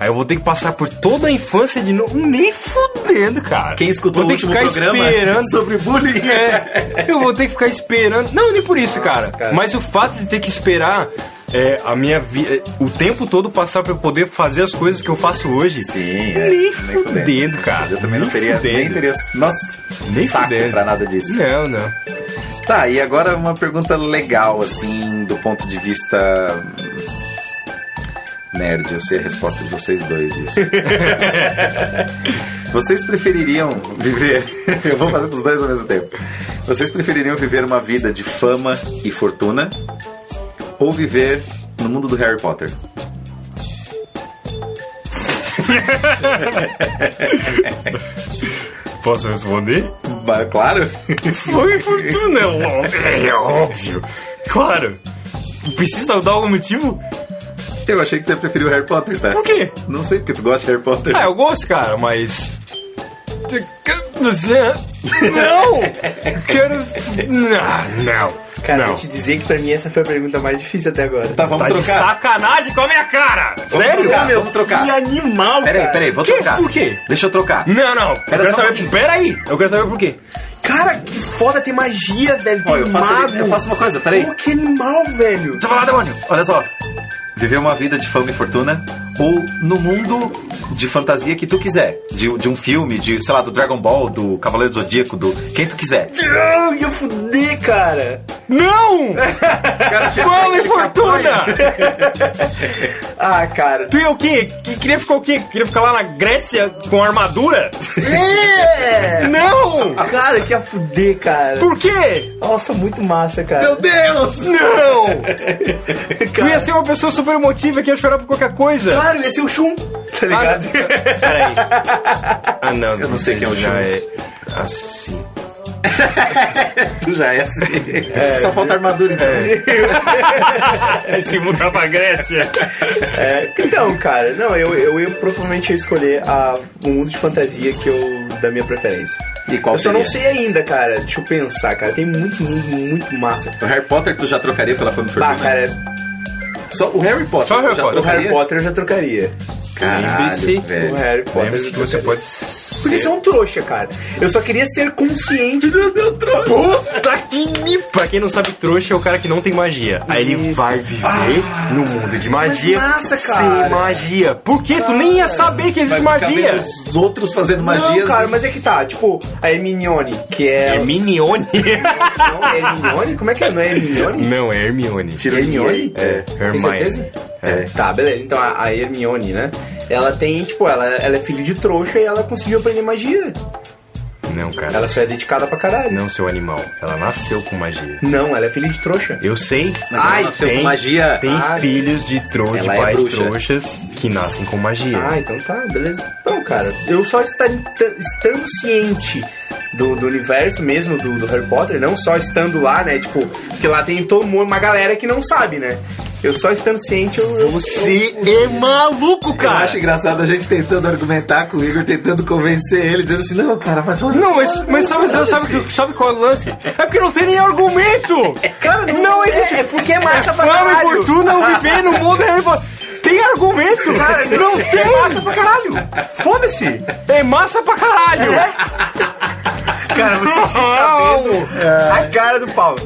Speaker 3: Aí eu vou ter que passar por toda a infância de novo, nem fudendo, cara.
Speaker 2: Quem escutou
Speaker 3: vou
Speaker 2: o
Speaker 3: ter que
Speaker 2: último
Speaker 3: ficar
Speaker 2: programa
Speaker 3: esperando.
Speaker 2: sobre bullying?
Speaker 3: É, eu vou ter que ficar esperando. Não, nem por isso, cara. Mas o fato de ter que esperar é, a minha vida, o tempo todo passar pra eu poder fazer as coisas que eu faço hoje.
Speaker 2: Sim, é.
Speaker 3: Nem
Speaker 2: fudendo.
Speaker 3: fudendo, cara.
Speaker 2: Eu também não
Speaker 3: Nem
Speaker 2: teria nem
Speaker 3: fudendo.
Speaker 2: interesse. Nossa,
Speaker 3: Nem
Speaker 2: saco
Speaker 3: fudendo. É.
Speaker 2: pra nada disso.
Speaker 3: Não, não.
Speaker 2: Tá, e agora uma pergunta legal, assim, do ponto de vista. hum, Nerd, eu sei a resposta de vocês dois disso. vocês prefeririam viver. eu vou fazer pros dois ao mesmo tempo. Vocês prefeririam viver uma vida de fama e fortuna ou viver no mundo do Harry Potter?
Speaker 3: Posso responder?
Speaker 2: Ba- Claro!
Speaker 3: Foi e fortuna, é óbvio. É óbvio. Claro. Precisa dar algum motivo?
Speaker 2: eu achei que tu ia preferir o Harry Potter, tá?
Speaker 3: Por quê?
Speaker 2: Não sei, porque tu gosta de Harry Potter.
Speaker 3: Ah, eu gosto, cara, mas. Não! Quero. Não, não.
Speaker 4: Cara,
Speaker 3: não.
Speaker 4: vou te dizer que pra mim essa foi a pergunta mais difícil até agora.
Speaker 2: Tá, vamos
Speaker 3: Tá de
Speaker 2: trocar.
Speaker 3: sacanagem com a minha cara! Sério?
Speaker 2: Vamos trocar, vamos trocar.
Speaker 4: Que animal,
Speaker 2: Peraí,
Speaker 4: cara.
Speaker 2: peraí, vou
Speaker 3: Que?
Speaker 2: trocar.
Speaker 3: Por quê? Hum?
Speaker 2: Deixa eu trocar.
Speaker 3: Não, não. Eu
Speaker 2: Pera
Speaker 3: quero
Speaker 2: só um
Speaker 3: saber.
Speaker 2: pouquinho.
Speaker 3: Pera aí. Eu quero saber por quê.
Speaker 4: Cara, que foda, tem magia, velho. Tem
Speaker 2: Ó, eu faço,
Speaker 4: mago.
Speaker 2: eu faço uma coisa, peraí.
Speaker 4: Pô, que animal, velho.
Speaker 2: Deixa eu falar, demônio. Olha só. Viver uma vida de fama e fortuna ou no mundo de fantasia que tu quiser. De, de um filme, de, sei lá, do Dragon Ball, do Cavaleiro do Zodíaco, do quem tu quiser.
Speaker 4: Eu ia fuder, cara.
Speaker 3: Não!
Speaker 2: Cara, você-
Speaker 3: Fama e fortuna!
Speaker 4: Ah, cara.
Speaker 3: Tu é o quê? Que- Queria ficar o quê? Queria ficar lá na Grécia com armadura?
Speaker 4: É!
Speaker 3: Não!
Speaker 4: Cara, que ia fuder, cara.
Speaker 3: Por quê?
Speaker 4: Nossa, muito massa, cara.
Speaker 2: Meu Deus!
Speaker 3: Não! Tu ia ser uma pessoa super emotiva que ia chorar por qualquer coisa.
Speaker 4: Claro, ia ser o Shun, tá ligado?
Speaker 3: Peraí. Ah, não. Eu
Speaker 2: não sei quem é o
Speaker 3: já
Speaker 2: Júnior.
Speaker 3: é assim.
Speaker 2: Tu já é assim. Só falta armadura. então.
Speaker 3: É, Se mudar pra Grécia.
Speaker 4: É, então, cara, não, eu, eu, ia provavelmente ia escolher a, o mundo de fantasia que eu. da minha preferência.
Speaker 2: E qual
Speaker 4: eu só não
Speaker 2: seria?
Speaker 4: sei ainda, cara. Deixa eu pensar, cara. Tem muito, muito, muito massa.
Speaker 2: O Harry Potter tu já trocaria pela fama e fortuna?
Speaker 4: Bah, cara,
Speaker 2: Só o Harry Potter.
Speaker 3: Só o
Speaker 2: tu
Speaker 3: Harry
Speaker 2: já
Speaker 3: Potter.
Speaker 4: o Harry
Speaker 2: trocaria? É.
Speaker 4: Potter eu já trocaria.
Speaker 2: Caralho,
Speaker 3: Lembre-se.
Speaker 2: velho.
Speaker 4: O Harry Potter.
Speaker 3: Lembre-se
Speaker 4: eu
Speaker 3: que
Speaker 4: já
Speaker 3: você
Speaker 4: trocaria.
Speaker 3: pode.
Speaker 4: Porque você é um trouxa, cara. Eu só queria ser consciente do meu trouxa.
Speaker 3: Puta que me- Pra quem não sabe, trouxa é o cara que não tem magia. Aí ele
Speaker 4: Isso.
Speaker 3: vai viver no mundo de magia.
Speaker 4: massa, cara.
Speaker 3: Sem magia. Por quê? Tu nem ia saber
Speaker 2: Vai
Speaker 3: que existe
Speaker 2: ficar
Speaker 3: magia.
Speaker 2: vendo os outros fazendo magias.
Speaker 4: Não, cara,
Speaker 2: e-
Speaker 4: mas é que tá. Tipo, a Hermione, que é.
Speaker 3: É Minione.
Speaker 4: Não, é Hermione? Como é que é? Não é Hermione?
Speaker 3: Não, é Hermione.
Speaker 4: Hermione?
Speaker 3: É,
Speaker 4: Tem
Speaker 3: Hermione. É.
Speaker 4: certeza?
Speaker 2: É.
Speaker 4: Tá, beleza. Então a, a Hermione, né? Ela tem, tipo, ela, ela é filha de trouxa e ela conseguiu aprender magia.
Speaker 3: Não, cara.
Speaker 4: Ela só é dedicada pra caralho.
Speaker 3: Não, seu animal. Ela nasceu com magia.
Speaker 4: Não, ela é filha de trouxa.
Speaker 3: Eu sei.
Speaker 2: Mas ela nasceu com magia.
Speaker 3: Tem
Speaker 4: Ai.
Speaker 3: filhos de, tro de
Speaker 2: Ela é
Speaker 3: pais
Speaker 2: bruxa.
Speaker 3: trouxas que nascem com magia.
Speaker 4: Ah, então tá, beleza. Então, cara, eu só estar, estando ciente do, do universo mesmo do, do Harry Potter, não só estando lá, né? Tipo, porque lá tem todo mundo, uma galera que não sabe, né? Eu só estando ciente, eu. eu-
Speaker 3: Você é maluco,
Speaker 2: Eu
Speaker 3: cara!
Speaker 2: acho engraçado a gente tentando argumentar com o Igor, tentando convencer ele, dizendo assim, não, cara, mas olha
Speaker 3: Não,
Speaker 2: só,
Speaker 3: mas, mas sabe, sabe, sabe, que- sabe qual é o lance? É porque não tem nem argumento!
Speaker 4: Cara, não, é-
Speaker 3: existe.
Speaker 4: é porque é massa pra
Speaker 3: Fama e
Speaker 4: caralho.
Speaker 3: fortuna ao viver no mundo Harry Potter. Tem argumento!
Speaker 4: Cara,
Speaker 3: não tem!
Speaker 4: É massa pra caralho! Foda-se!
Speaker 3: É massa pra caralho!
Speaker 4: Cara, você tá vendo a cara do Paulo.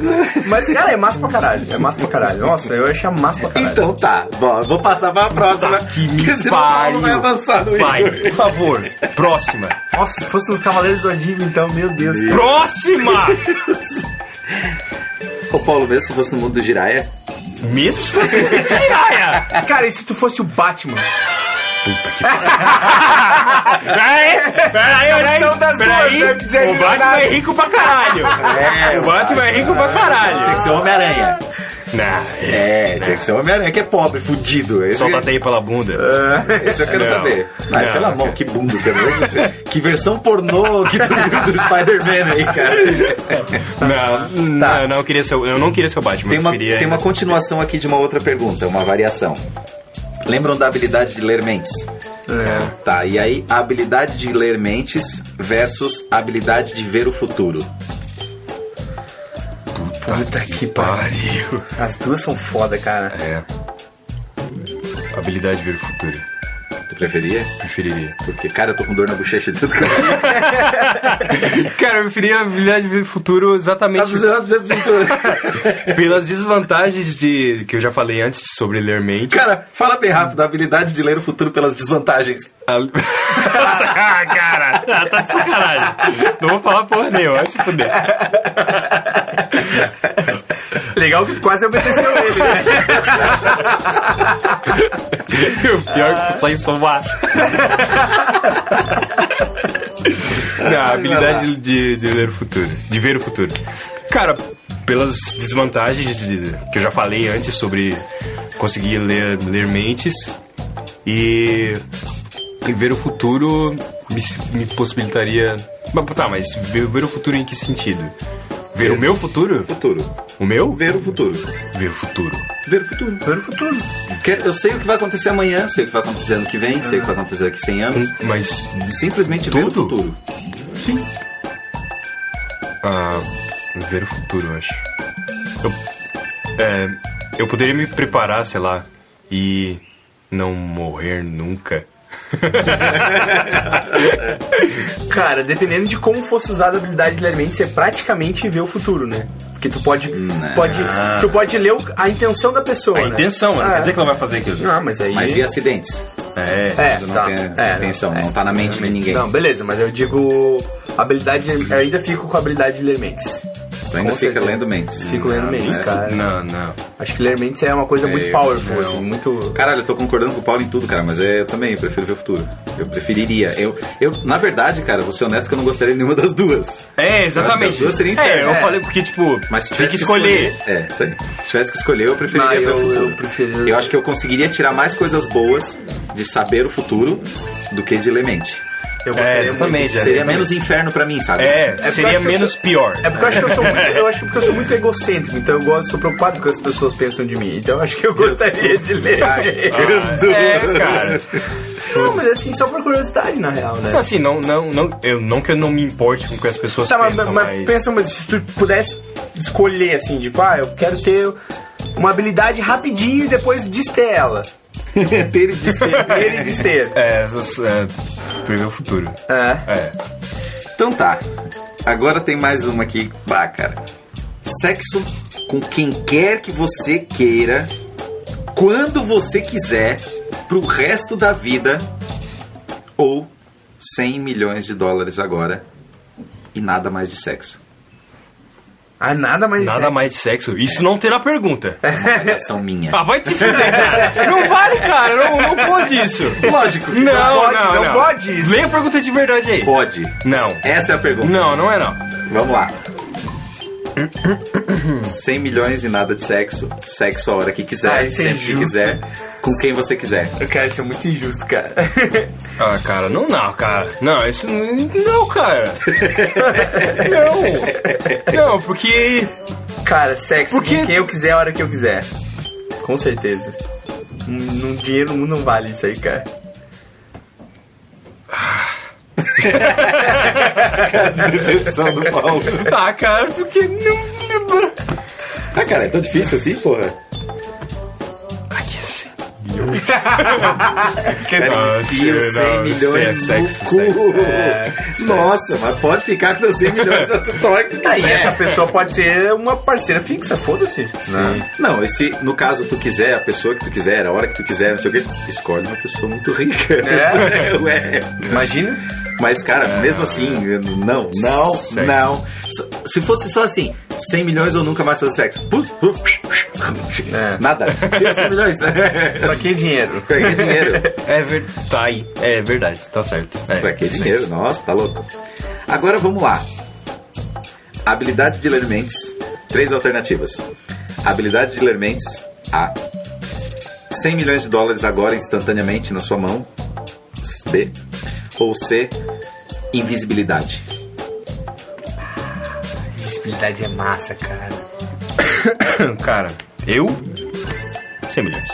Speaker 4: Mas, cara, é massa pra caralho. É massa pra caralho. Nossa, eu achei massa pra caralho.
Speaker 2: Então tá, bom, vou passar pra próxima.
Speaker 3: Que Tá me
Speaker 2: porque senão o Paulo vai avançar no
Speaker 3: Vai,
Speaker 2: Igor.
Speaker 3: por favor. Próxima.
Speaker 4: Então, Nossa, se fosse os Cavaleiros do Zodíaco, então, meu Deus.
Speaker 3: Próxima!
Speaker 2: Ô Paulo, mesmo se fosse no mundo do Jiraya.
Speaker 3: Mesmo se fosse um o Jiraya.
Speaker 4: Cara, e se tu fosse o Batman?
Speaker 3: Peraí, peraí, peraí.
Speaker 4: São das
Speaker 3: peraí.
Speaker 4: duas, né, que
Speaker 3: O Batman é rico pra caralho.
Speaker 2: É,
Speaker 3: O Batman é rico pra
Speaker 2: Tinha que
Speaker 3: caralho.
Speaker 2: ser o Homem-Aranha.
Speaker 3: Não,
Speaker 2: É, tinha que ser o Homem-Aranha, que é pobre, fudido. Esse,
Speaker 3: solta a teia pela bunda.
Speaker 2: é, esse eu quero
Speaker 3: Não.
Speaker 2: saber. Ai,
Speaker 3: Não,
Speaker 2: pelo
Speaker 3: não
Speaker 2: amor, que bunda também. que versão pornô que tu viu do Spider-Man aí, cara.
Speaker 4: Ah,
Speaker 3: Não,
Speaker 4: tá.
Speaker 3: não, eu não queria ser, o- eu não queria ser o Batman.
Speaker 2: Tem uma,
Speaker 3: eu queria
Speaker 2: tem uma continuação aqui de uma outra pergunta, uma variação. Lembram da habilidade de ler mentes? É. Tá, e aí a habilidade de ler mentes versus a habilidade de ver o futuro.
Speaker 4: Puta que pariu. As duas são foda, cara.
Speaker 3: É. Habilidade de ver o futuro.
Speaker 2: Tu preferia?
Speaker 3: Preferiria.
Speaker 2: Porque, cara, eu tô com dor na bochecha de tudo. que eu-
Speaker 3: Cara, eu preferia a habilidade de ver o futuro
Speaker 2: Tá
Speaker 3: exatamente
Speaker 2: precisando de pintura.
Speaker 3: pelas desvantagens de que eu já falei antes sobre ler mente.
Speaker 2: Cara, fala bem rápido a habilidade de ler o futuro pelas desvantagens.
Speaker 3: A- ah, cara, tá- tá de sacanagem. Não vou falar porra nenhuma, vai se fuder.
Speaker 4: Legal que quase obedeceu ele, né?
Speaker 3: O pior é que só em somar. Não, a habilidade de, de ler o futuro. De ver o futuro. Cara, pelas desvantagens de- que eu já falei antes sobre conseguir ler, ler mentes e, e ver o futuro me, s- me possibilitaria. Mas, tá, mas ver, ver o futuro em que sentido? Ver o meu futuro?
Speaker 2: Futuro.
Speaker 3: O meu?
Speaker 2: Ver o futuro.
Speaker 3: Ver o futuro.
Speaker 2: Ver o futuro. Ver o futuro. Eu sei o que vai acontecer amanhã, sei o que vai acontecer ano que vem, sei o que vai acontecer daqui 100 anos.
Speaker 3: Mas
Speaker 4: Hum.
Speaker 2: Simplesmente ver o
Speaker 3: Tudo?
Speaker 2: futuro.
Speaker 3: a ver o futuro, eu acho. Eu, é, eu poderia me preparar, sei lá, e não morrer nunca.
Speaker 4: Cara, dependendo de como fosse usada a habilidade de ler mentes, você praticamente vê o futuro, né? Porque tu pode. pode tu pode ler o- né? a intenção da pessoa.
Speaker 3: A
Speaker 4: né?
Speaker 3: intenção, né?
Speaker 4: Ah,
Speaker 3: quer dizer que ela vai fazer aquilo.
Speaker 4: Não, mas aí.
Speaker 2: Mas e acidentes?
Speaker 3: É.
Speaker 4: É,
Speaker 2: Isso não
Speaker 4: tá.
Speaker 2: tem
Speaker 4: é,
Speaker 2: atenção,
Speaker 4: é.
Speaker 2: não tá na mente de ninguém.
Speaker 4: Não, beleza, mas eu digo. Habilidade. Eu ainda fico com a habilidade de ler mentes.
Speaker 2: Tu ainda
Speaker 4: com
Speaker 2: fica
Speaker 4: certeza.
Speaker 2: lendo mentes.
Speaker 4: Fico lendo mentes,
Speaker 2: né?
Speaker 4: É, cara.
Speaker 3: Não, não.
Speaker 4: Acho que ler mentes é uma coisa muito
Speaker 2: eu-
Speaker 4: powerful,
Speaker 2: eu-
Speaker 4: assim, muito.
Speaker 2: Caralho, eu tô concordando com o Paulo em tudo, cara, mas é, eu também prefiro ver o futuro. Eu preferiria. Eu, eu, na verdade, cara, vou ser honesto que eu não gostaria de nenhuma das duas.
Speaker 3: É,
Speaker 2: As
Speaker 3: exatamente.
Speaker 2: duas seriam
Speaker 3: é, eu
Speaker 2: internas.
Speaker 3: falei porque, tipo,
Speaker 2: Mas se
Speaker 3: tem
Speaker 2: tivesse
Speaker 3: que escolher.
Speaker 2: É, isso aí. Se tivesse que escolher, eu preferiria
Speaker 4: Ah,
Speaker 2: ver
Speaker 4: eu-
Speaker 2: o futuro.
Speaker 4: eu prefiro-
Speaker 2: Eu acho que eu conseguiria tirar mais coisas boas de saber o futuro do que de ler mente.
Speaker 4: Eu
Speaker 3: É,
Speaker 4: gostaria muito.
Speaker 3: exatamente.
Speaker 2: Seria
Speaker 3: é,
Speaker 2: menos inferno pra mim, sabe?
Speaker 3: É,
Speaker 4: porque eu
Speaker 3: seria
Speaker 4: acho que eu
Speaker 3: menos
Speaker 4: sou-
Speaker 3: pior.
Speaker 4: É porque eu acho que eu sou muito, eu acho que porque eu sou muito egocêntrico, então eu gosto, sou preocupado com o que as pessoas pensam de mim. Então eu acho que eu gostaria de ler.
Speaker 3: É, cara.
Speaker 4: Não, mas assim, só por curiosidade, na real, né?
Speaker 3: Assim, não, não, não, eu, não que eu não me importe com o que as pessoas
Speaker 4: Tá, mas,
Speaker 3: pensam,
Speaker 4: mas
Speaker 3: mas...
Speaker 4: pensa, mas se tu pudesse escolher, assim, de pá, eu quero ter uma habilidade rapidinho e depois dester ela. ter e dester. Ter e dester.
Speaker 3: É, essas, é, prever o futuro.
Speaker 4: É.
Speaker 3: É.
Speaker 2: Então tá. Agora tem mais uma aqui. Bah, cara. Sexo com quem quer que você queira, quando você quiser, pro resto da vida. Ou 100 milhões de dólares agora e nada mais de sexo.
Speaker 4: Ah, nada mais
Speaker 3: Nada
Speaker 4: certo.
Speaker 3: mais de sexo. Isso não terá pergunta.
Speaker 2: Avaliação É minha.
Speaker 3: Ah, vai te se fuder, cara. Não vale, cara. Não, não pode isso.
Speaker 2: Lógico. que
Speaker 3: Não,
Speaker 4: pode,
Speaker 3: não,
Speaker 4: não
Speaker 3: não.
Speaker 4: pode isso.
Speaker 3: Leia a pergunta de verdade aí.
Speaker 2: Pode.
Speaker 3: Não.
Speaker 2: Essa é a pergunta.
Speaker 3: Não, não é não.
Speaker 2: Vamos lá. 100 milhões e nada de sexo, sexo a hora que quiser,
Speaker 4: Ah, isso é
Speaker 2: sempre que
Speaker 4: injusto.
Speaker 2: quiser, com quem você quiser.
Speaker 4: Cara, isso é muito injusto, cara.
Speaker 3: Ah, cara, não, não, cara. Não, isso n- não, cara. Não. Não, porque
Speaker 4: cara, sexo
Speaker 3: Por quê?
Speaker 4: com quem eu quiser, a hora que eu quiser. Com certeza. Hum, Não, dinheiro não vale isso aí, cara.
Speaker 2: Decepção do Paulo.
Speaker 3: Ah, cara, porque não
Speaker 2: Ah, cara, é tão difícil assim, porra?
Speaker 3: Aqui é 100 Que
Speaker 2: Enfia os 100 É milhões no
Speaker 3: é sexo,
Speaker 2: cu.
Speaker 3: sexo.
Speaker 2: Nossa, mas pode ficar com os 100 milhões do toque. Tá aí,
Speaker 4: E essa pessoa pode ser uma parceira fixa, foda-se.
Speaker 2: Né? Não, e se no caso tu quiser, a pessoa que tu quiser, a hora que tu quiser, não sei o quê, escolhe uma pessoa muito rica. É? Ué.
Speaker 8: Imagina.
Speaker 2: Mas, cara, mesmo assim, não, não, não. So- Se fosse só assim, 100 milhões ou nunca mais fazer sexo. Puf, puf, Nada. Tira 100 milhões.
Speaker 8: Pra que dinheiro?
Speaker 2: Pra que dinheiro?
Speaker 8: É verdade. Tá aí. É verdade, tá certo. É.
Speaker 2: Pra que dinheiro? Nossa, tá louco. Agora vamos lá. Habilidade de ler mentes. Três alternativas. Habilidade de ler mentes. A. 100 milhões de dólares agora instantaneamente na sua mão. B. Ou C. Invisibilidade.
Speaker 4: Visibilidade é massa, cara.
Speaker 3: Cara, eu? 100 milhões.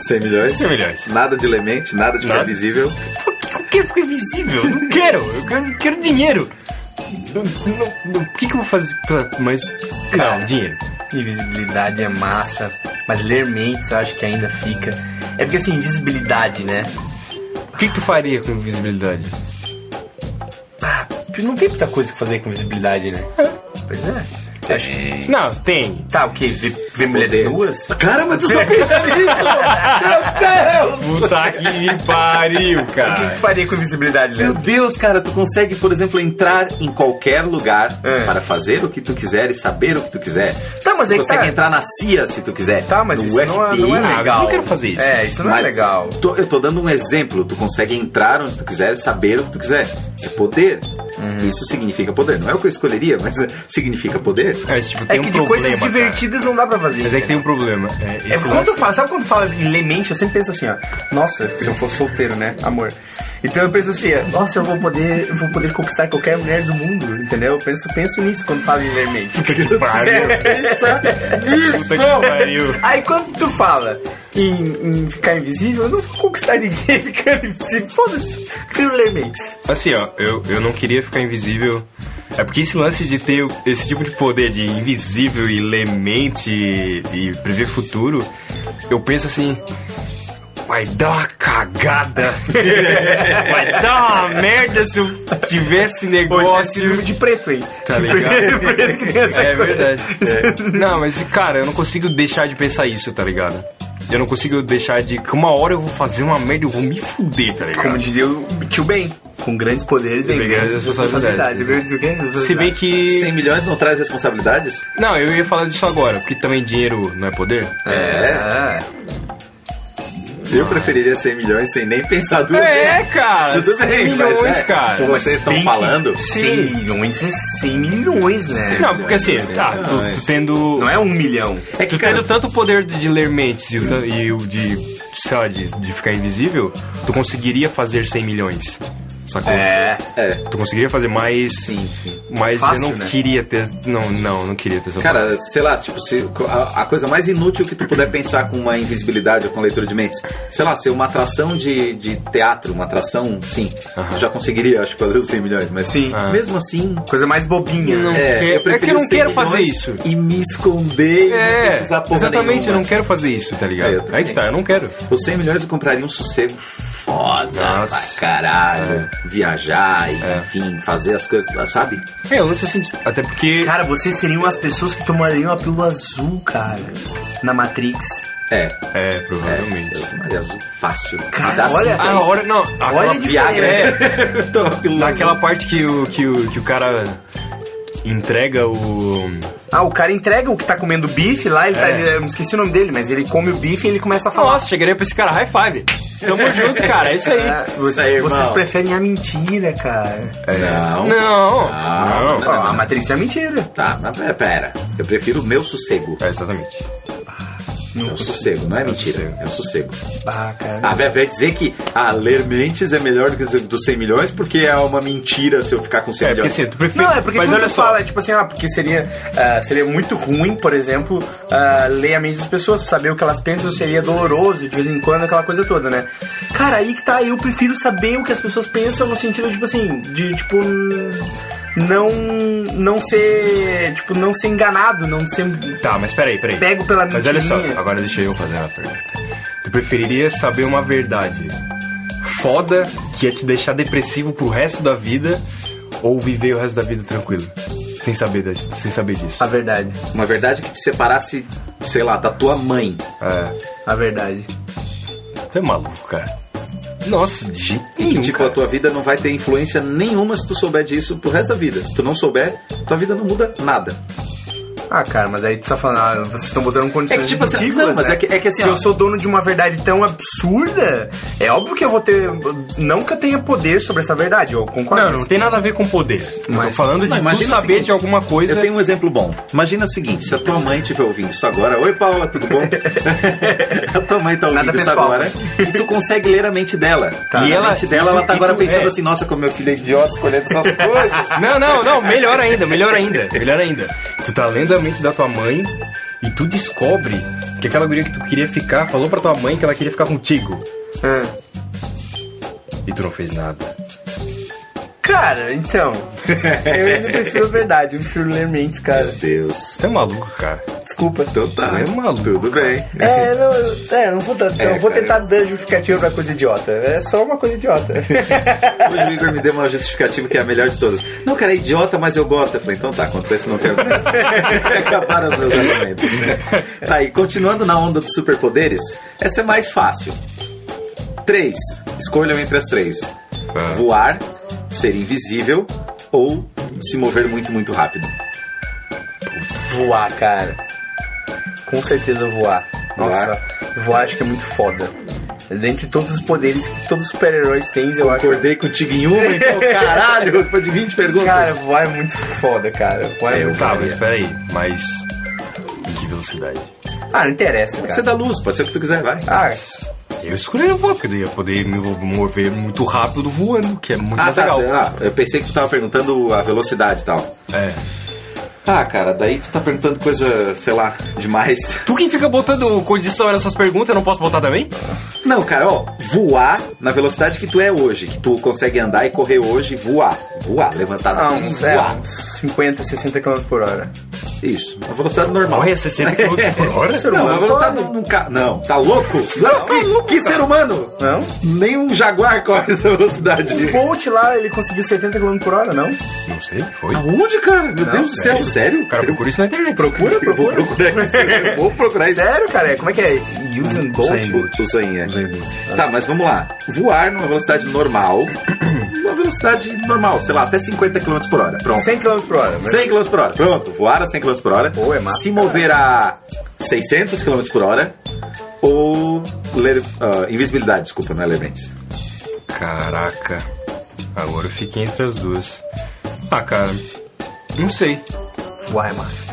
Speaker 2: 100 milhões?
Speaker 3: 100 milhões.
Speaker 2: Nada de ler mente, nada de ficar
Speaker 3: Nada.
Speaker 2: visível.
Speaker 3: Eu quero ficar invisível, eu não quero, eu quero, eu quero dinheiro. Não- não- não, O que, que eu vou fazer? pra- Mas. Não, dinheiro.
Speaker 4: Invisibilidade é massa, mas ler mentes eu acho que ainda fica. É porque assim, invisibilidade, né?
Speaker 3: O que, que tu faria com invisibilidade?
Speaker 4: Não tem muita coisa que fazer com visibilidade, né? Pois é. Acho que...
Speaker 3: Não, tem.
Speaker 4: Tá, o quê? Ver, ver mulheres nuas?
Speaker 2: Cara, mas tu só pensa nisso! Meu Deus!
Speaker 3: Puta que me pariu,
Speaker 4: O que, que
Speaker 3: cara.
Speaker 4: faria com visibilidade,
Speaker 2: Meu
Speaker 4: Leandro?
Speaker 2: Deus, cara, tu consegue, por exemplo, entrar em qualquer lugar
Speaker 4: É.
Speaker 2: para fazer o que tu quiser e saber o que tu quiser.
Speaker 4: Tá, mas
Speaker 2: Tu
Speaker 4: aí que
Speaker 2: consegue
Speaker 4: tá.
Speaker 2: entrar na CIA se tu quiser.
Speaker 4: Tá, mas
Speaker 2: no
Speaker 4: isso não é, não é
Speaker 2: FBI.
Speaker 4: legal.
Speaker 3: Ah, eu não quero fazer isso.
Speaker 4: É, isso não é
Speaker 2: Mas
Speaker 4: legal.
Speaker 2: tô- eu tô dando um exemplo. Tu consegue entrar onde tu quiser e saber o que tu quiser. É poder.
Speaker 4: Uhum.
Speaker 2: Isso significa poder. Não é o que eu escolheria, mas é, significa poder.
Speaker 3: É, tipo,
Speaker 4: É
Speaker 3: tem
Speaker 4: que
Speaker 3: um
Speaker 4: de
Speaker 3: problema,
Speaker 4: coisas
Speaker 3: cara.
Speaker 4: divertidas não dá pra fazer.
Speaker 3: Mas é que tem um problema. É,
Speaker 4: É,
Speaker 3: esse
Speaker 4: quando
Speaker 3: lance-
Speaker 4: eu falo, sabe quando fala em lemente, eu sempre penso assim, ó. Nossa, se eu for solteiro, né? Amor. Então eu penso assim, ó, nossa, eu vou poder, eu vou poder conquistar qualquer mulher do mundo, entendeu? Eu penso, penso nisso quando falo em lemente.
Speaker 3: que pariu. Puta que pariu.
Speaker 4: Aí quando tu fala em, em ficar invisível, eu não vou conquistar ninguém ficando invisível. Foda-se, um prefiro ler mentes.
Speaker 3: Assim, ó, eu, eu não queria ficar invisível. É porque esse lance de ter esse tipo de poder de invisível e lemente e, e prever futuro, eu penso assim. Vai dar uma cagada. Vai dar uma merda se eu tivesse
Speaker 4: Hoje
Speaker 3: negócio.
Speaker 4: é filme de preto, hein?
Speaker 3: Tá ligado?
Speaker 4: Preto que tem essa
Speaker 3: É
Speaker 4: coisa.
Speaker 3: verdade. Não, mas cara, eu não consigo deixar de pensar isso, tá ligado? Eu não consigo deixar de. Que uma hora eu vou fazer uma merda, eu vou me fuder, tá ligado?
Speaker 4: Como diria o tio Ben, com grandes poderes vem
Speaker 3: Vem
Speaker 4: grandes
Speaker 3: grandes responsabilidades.
Speaker 4: responsabilidades. Viu? Tio Ben?
Speaker 3: Se bem que.
Speaker 2: 100 milhões não traz responsabilidades?
Speaker 3: Não, eu ia falar disso agora, porque também dinheiro não é poder.
Speaker 2: É. Eu preferiria 100 milhões sem nem pensar duas
Speaker 3: É,
Speaker 2: vezes.
Speaker 3: cara.
Speaker 2: Tudo bem, mas,
Speaker 3: milhões,
Speaker 2: né,
Speaker 3: cara.
Speaker 2: Se vocês estão falando,
Speaker 4: 100 milhões é 100 milhões, né?
Speaker 3: Não, porque assim, tá, tu, tu tendo.
Speaker 4: Não é um milhão.
Speaker 2: é que
Speaker 3: Tu
Speaker 2: cara,
Speaker 3: tendo tanto o poder de ler mentes e o, tan- e o de, sei lá, de, de ficar invisível, tu conseguiria fazer 100 milhões. Sacou?
Speaker 4: É.
Speaker 3: Tu conseguiria fazer mais.
Speaker 2: Sim, sim.
Speaker 3: Mas
Speaker 4: Fácil,
Speaker 3: eu não
Speaker 4: né?
Speaker 3: queria ter. Não, não, não queria ter essa
Speaker 2: Cara, sei lá, tipo, se- a, a coisa mais inútil que tu puder pensar com uma invisibilidade ou com leitura de mentes, sei lá, ser uma atração de, de teatro, uma atração, sim, tu já conseguiria, acho, fazer os 100 milhões, mas
Speaker 4: Sim.
Speaker 2: Ah. mesmo assim.
Speaker 4: Coisa mais bobinha.
Speaker 3: Não.
Speaker 4: né?
Speaker 2: É,
Speaker 3: quero- é que
Speaker 2: preferi
Speaker 3: eu não
Speaker 2: os 100
Speaker 3: quero fazer
Speaker 2: milhões
Speaker 3: isso.
Speaker 2: E me esconder e não
Speaker 3: É,
Speaker 2: precisar porra
Speaker 3: exatamente, eu
Speaker 2: nenhuma.
Speaker 3: não quero fazer isso, tá
Speaker 2: É, eu
Speaker 3: ligado? Aí
Speaker 2: também.
Speaker 3: que tá, eu não quero.
Speaker 2: Os 100 milhões eu compraria um sossego foda
Speaker 3: Nossa.
Speaker 2: pra caralho. Viajar, e, enfim, fazer as coisas, sabe?
Speaker 3: É, eu não sei se. Até porque.
Speaker 4: Cara, vocês seriam as pessoas que tomariam a pílula azul, cara. Na Matrix.
Speaker 2: É,
Speaker 3: É,
Speaker 2: eu
Speaker 3: provavelmente.
Speaker 2: tomaria azul fácil.
Speaker 4: Cara,
Speaker 2: Dá
Speaker 4: olha-
Speaker 2: sim.
Speaker 3: A hora. Ah, Não, aquela
Speaker 4: a
Speaker 2: Viagra. É. Toma pílula azul.
Speaker 3: Naquela parte que o, que o, que o cara entrega o.
Speaker 4: Ah, o cara entrega o que tá comendo bife lá, ele tá. ele- eu esqueci o nome dele, mas ele come o bife e ele começa a falar.
Speaker 3: É. Nossa, chegaria pra esse cara, high five. Tamo junto, cara, é isso aí.
Speaker 4: Ah, vocês,
Speaker 2: aí, irmão.
Speaker 4: vocês preferem a mentira, cara.
Speaker 2: É, Não.
Speaker 3: Não,
Speaker 2: Não.
Speaker 3: não.
Speaker 4: Ó, a Matrix é mentira.
Speaker 2: Tá, mas pera, pera. Eu prefiro o meu sossego.
Speaker 3: É, exatamente.
Speaker 2: É um sossego, não é mentira. É um sossego.
Speaker 4: Ah, cara.
Speaker 2: Ah, vai, vai dizer que ah, ler mentes é melhor do que os dos 100 milhões porque é uma mentira se eu ficar com 100
Speaker 3: É, porque
Speaker 2: milhões.
Speaker 3: assim, tu prefere.
Speaker 4: Não, é porque
Speaker 3: mas
Speaker 4: quando
Speaker 3: olha
Speaker 4: tu
Speaker 3: só.
Speaker 4: fala, é tipo assim, ah, porque seria, ah, seria muito ruim, por exemplo, ah, ler a mente das pessoas, saber o que elas pensam seria doloroso de vez em quando, aquela coisa toda, né? Cara, aí que tá, eu prefiro saber o que as pessoas pensam no sentido, tipo assim, de tipo. hum, não não ser, tipo, não ser enganado, não ser
Speaker 3: Tá, mas peraí, peraí.
Speaker 4: pego pela
Speaker 3: Mas olha só,
Speaker 4: mentirinha.
Speaker 3: agora deixa eu fazer uma pergunta. Tu preferiria saber uma verdade foda que ia te deixar depressivo pro resto da vida ou viver o resto da vida tranquilo? Sem saber, das- sem saber disso.
Speaker 4: a verdade,
Speaker 2: Uma verdade é que te separasse, sei lá, da tua mãe.
Speaker 3: É.
Speaker 4: a verdade.
Speaker 3: Tu é maluco, cara. Nossa, de jeito
Speaker 2: E,
Speaker 3: nenhum,
Speaker 2: tipo,
Speaker 3: cara.
Speaker 2: a tua vida não vai ter influência nenhuma se tu souber disso pro resto da vida. Se tu não souber, tua vida não muda nada.
Speaker 4: Ah, cara, mas aí tu tá falando, ah, vocês estão botando condições
Speaker 2: É que, tipo assim,
Speaker 4: ridículas,
Speaker 2: não, mas
Speaker 4: né?
Speaker 2: é que- é que assim,
Speaker 4: Se
Speaker 2: ó.
Speaker 4: eu sou dono de uma verdade tão absurda, é óbvio que eu vou ter... Não que eu tenha poder sobre essa verdade, eu concordo.
Speaker 3: Não, não tem nada a ver com poder. eu tô
Speaker 4: Mas-
Speaker 3: falando
Speaker 2: Não,
Speaker 3: de tu
Speaker 2: imagina o
Speaker 3: saber
Speaker 2: seguinte,
Speaker 3: de alguma coisa.
Speaker 2: Eu tenho um exemplo bom. Imagina o seguinte, se a tua mãe estiver ouvindo isso agora, oi Paula, tudo bom? a tua mãe tá ouvindo
Speaker 4: Nada
Speaker 2: isso
Speaker 4: pessoal.
Speaker 2: agora e tu consegue ler a mente dela.
Speaker 3: Tá.
Speaker 2: E
Speaker 3: E
Speaker 2: a
Speaker 3: ela-
Speaker 2: mente dela, ela tá
Speaker 3: e
Speaker 2: agora
Speaker 3: tu-
Speaker 2: pensando
Speaker 3: é.
Speaker 2: assim, nossa, como meu filho é idiota escolhendo essas coisas.
Speaker 3: Não, não, não, melhor ainda, melhor ainda, melhor ainda. Tu tá lendo a mente da tua mãe e tu descobre que aquela guria que tu queria ficar falou pra tua mãe que ela queria ficar contigo.
Speaker 4: Ah,
Speaker 3: E tu não fez nada.
Speaker 4: Cara, então... eu ainda prefiro a verdade, eu prefiro ler mentes, cara.
Speaker 2: Deus.
Speaker 3: Tu é maluco, cara.
Speaker 4: Desculpa.
Speaker 2: Então tá.
Speaker 3: Tu é maluco,
Speaker 2: Tudo bem.
Speaker 4: É, não, eu- é, não vou, tra-
Speaker 2: É,
Speaker 4: não vou
Speaker 2: cara,
Speaker 4: tentar dar justificativa pra coisa idiota. É só uma coisa idiota.
Speaker 2: Hoje o Igor me deu uma justificativa que é a melhor de todas. Não, cara, é idiota, mas eu gosto. Eu falei, então tá, quanto isso não tem argumento. Acabaram os meus argumentos. Tá, e continuando na onda dos superpoderes, essa é mais fácil. Três. Escolham entre as três.
Speaker 3: Ah.
Speaker 2: Voar, ser invisível ou se mover muito, muito rápido.
Speaker 4: voar, cara. Com certeza voar. Nossa, voar acho que é muito foda. Dentre todos os poderes que todos os super-heróis têm, eu acho.
Speaker 2: Acordei contigo em uma, então caralho, depois de 20 perguntas.
Speaker 4: Cara, voar é muito foda, cara. Voar é, muito
Speaker 3: tá,
Speaker 4: foda.
Speaker 3: mas peraí, mas. Em que velocidade?
Speaker 4: Ah, não interessa,
Speaker 2: pode ser
Speaker 4: cara.
Speaker 2: da luz, pode ser o que tu quiser, vai.
Speaker 4: Ah,
Speaker 3: Eu escolhi o voo, porque eu ia poder me mover muito rápido voando, que é muito
Speaker 2: Ah,
Speaker 3: mais
Speaker 2: tá,
Speaker 3: legal.
Speaker 2: tá. Ah, eu pensei que tu tava perguntando a velocidade e tal.
Speaker 3: É.
Speaker 2: Ah, cara, daí tu tá perguntando coisa, sei lá, demais.
Speaker 3: Tu quem fica botando condição nessas perguntas, eu não posso botar também?
Speaker 2: Não, cara, ó, voar na velocidade que tu é hoje, que tu consegue andar e correr hoje, voar. Voar, levantar na
Speaker 4: ah,
Speaker 2: mão,
Speaker 4: uns, é,
Speaker 2: voar.
Speaker 4: uns 50, 60 km por hora.
Speaker 2: Isso, uma velocidade normal.
Speaker 3: Morre a 60 km por hora?
Speaker 2: Não, uma
Speaker 4: humano
Speaker 2: velocidade num carro. Não, tá louco? Não, que, que ser humano?
Speaker 4: Não?
Speaker 2: Nem um jaguar corre essa velocidade.
Speaker 4: O Bolt lá, ele conseguiu 70 km por hora, não?
Speaker 3: Não sei, foi.
Speaker 2: Aonde, cara? Meu Deus do céu, sério?
Speaker 3: O cara procura isso na internet.
Speaker 2: Procura, procura. Vou procurar isso. Eu Vou procurar isso.
Speaker 4: Sério, cara? é- Como é que é? Usain Bolt?
Speaker 2: Bolt, o Zanha. Tá, mas vamos lá. Voar numa velocidade normal. Uma velocidade normal, sei lá, até 50 km por hora. Pronto.
Speaker 4: 100 km por hora. Mas...
Speaker 2: 100 km por hora. Pronto, voar a 100 km por hora.
Speaker 4: Pô, é massa,
Speaker 2: Se mover a 600 km por hora. Ou ler, ah, invisibilidade, desculpa, não é elementos.
Speaker 3: Caraca. Agora eu fiquei entre as duas. Ah, cara. Não sei.
Speaker 4: Uai,
Speaker 2: é
Speaker 4: massa.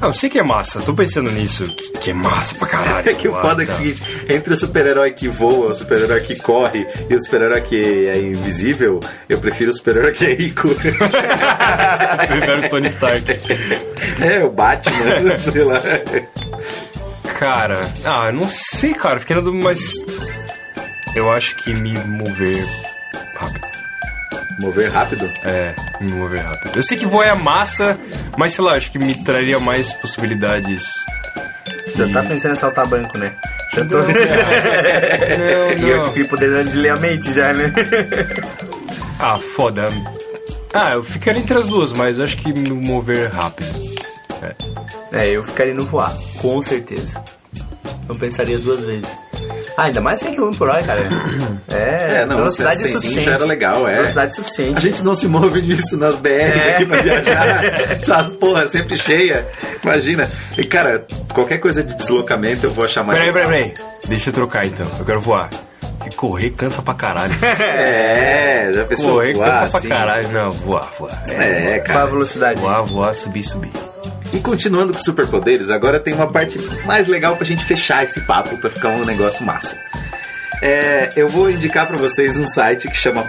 Speaker 3: Ah, eu sei que é massa. Tô pensando nisso. Que, que é massa pra caralho.
Speaker 2: É que o
Speaker 3: Ah,
Speaker 2: foda é que é o
Speaker 3: tá.
Speaker 2: seguinte: entre o super-herói que voa, o super-herói que corre e o super-herói que é invisível, eu prefiro o super-herói que é rico.
Speaker 3: Primeiro Tony Stark.
Speaker 2: é, o Batman, sei lá.
Speaker 3: Cara, ah, eu não sei, cara. Fiquei na dúvida, mas. Eu acho que me mover rápido.
Speaker 2: Mover rápido.
Speaker 3: É, me mover rápido. Eu sei que voar é massa, mas sei lá, acho que me traria mais possibilidades.
Speaker 4: Já tá pensando em saltar banco, né? Já tô... E eu
Speaker 3: Não, não.
Speaker 4: tive poder de ler a mente já, né?
Speaker 3: Ah, foda. Ah, eu ficaria entre as duas, mas acho que me mover rápido.
Speaker 4: É, eu ficaria no voar, com certeza. Não pensaria duas vezes. Ah, ainda mais 100 km por hora, cara. É,
Speaker 2: É, não,
Speaker 4: velocidade
Speaker 2: 100
Speaker 4: suficiente.
Speaker 2: já era legal, é.
Speaker 4: Velocidade
Speaker 2: A
Speaker 4: suficiente.
Speaker 2: gente não se move nisso nas BRs
Speaker 3: É.
Speaker 2: aqui pra viajar. Essas porra sempre cheia. Imagina. E cara, qualquer coisa de deslocamento eu vou achar mais.
Speaker 3: Peraí, peraí, peraí. Deixa eu trocar então. Eu quero voar. Porque correr cansa pra caralho.
Speaker 2: É, já pensou
Speaker 3: correr
Speaker 2: voar
Speaker 3: cansa
Speaker 2: assim?
Speaker 3: pra caralho. Não, voar, voar. É,
Speaker 2: É,
Speaker 4: Qual a
Speaker 2: cara.
Speaker 4: velocidade?
Speaker 3: Voar, voar, subir, subir.
Speaker 2: E continuando com os superpoderes, agora tem uma parte mais legal pra gente fechar esse papo pra ficar um negócio massa. É, eu vou indicar pra vocês um site que chama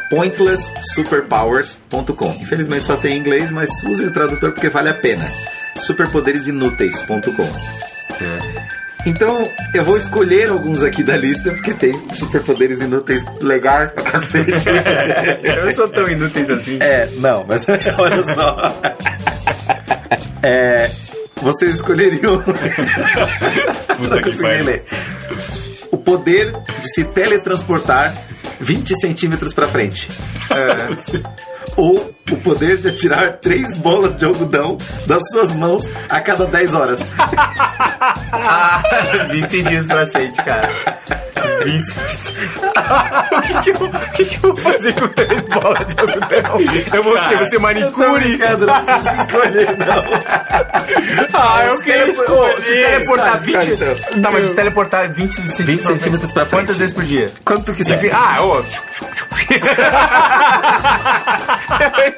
Speaker 2: pointlesssuperpowers.com. Infelizmente só tem em inglês, mas use o tradutor porque vale a pena. Superpoderesinúteis.com.
Speaker 3: É.
Speaker 2: Então, eu vou escolher alguns aqui da lista, porque tem superpoderes inúteis legais pra cacete.
Speaker 3: Eu sou tão inúteis assim.
Speaker 2: É, não, mas olha só. É, vocês escolheriam. não
Speaker 3: que
Speaker 2: consegui
Speaker 3: pariu.
Speaker 2: ler. O poder de se teletransportar 20 centímetros pra frente. É. Ou o poder de atirar três bolas de algodão das suas mãos a cada 10 horas.
Speaker 3: 20 dias pra frente, cara. 20 dias. o que, que, eu, o que que eu vou fazer com três bolas de algodão? Eu vou ter você manicure.
Speaker 2: Obrigado, não precisa escolher, né? não.
Speaker 3: Ah, eu queria escolher.
Speaker 4: Se teleportar 20.
Speaker 2: Escolhe, então.
Speaker 4: Tá, mas se teleportar 20 centímetros,
Speaker 2: 20 centímetros pra frente.
Speaker 4: Quantas vezes por dia?
Speaker 2: Quanto tu quiser.
Speaker 3: Enfim, ah, ô.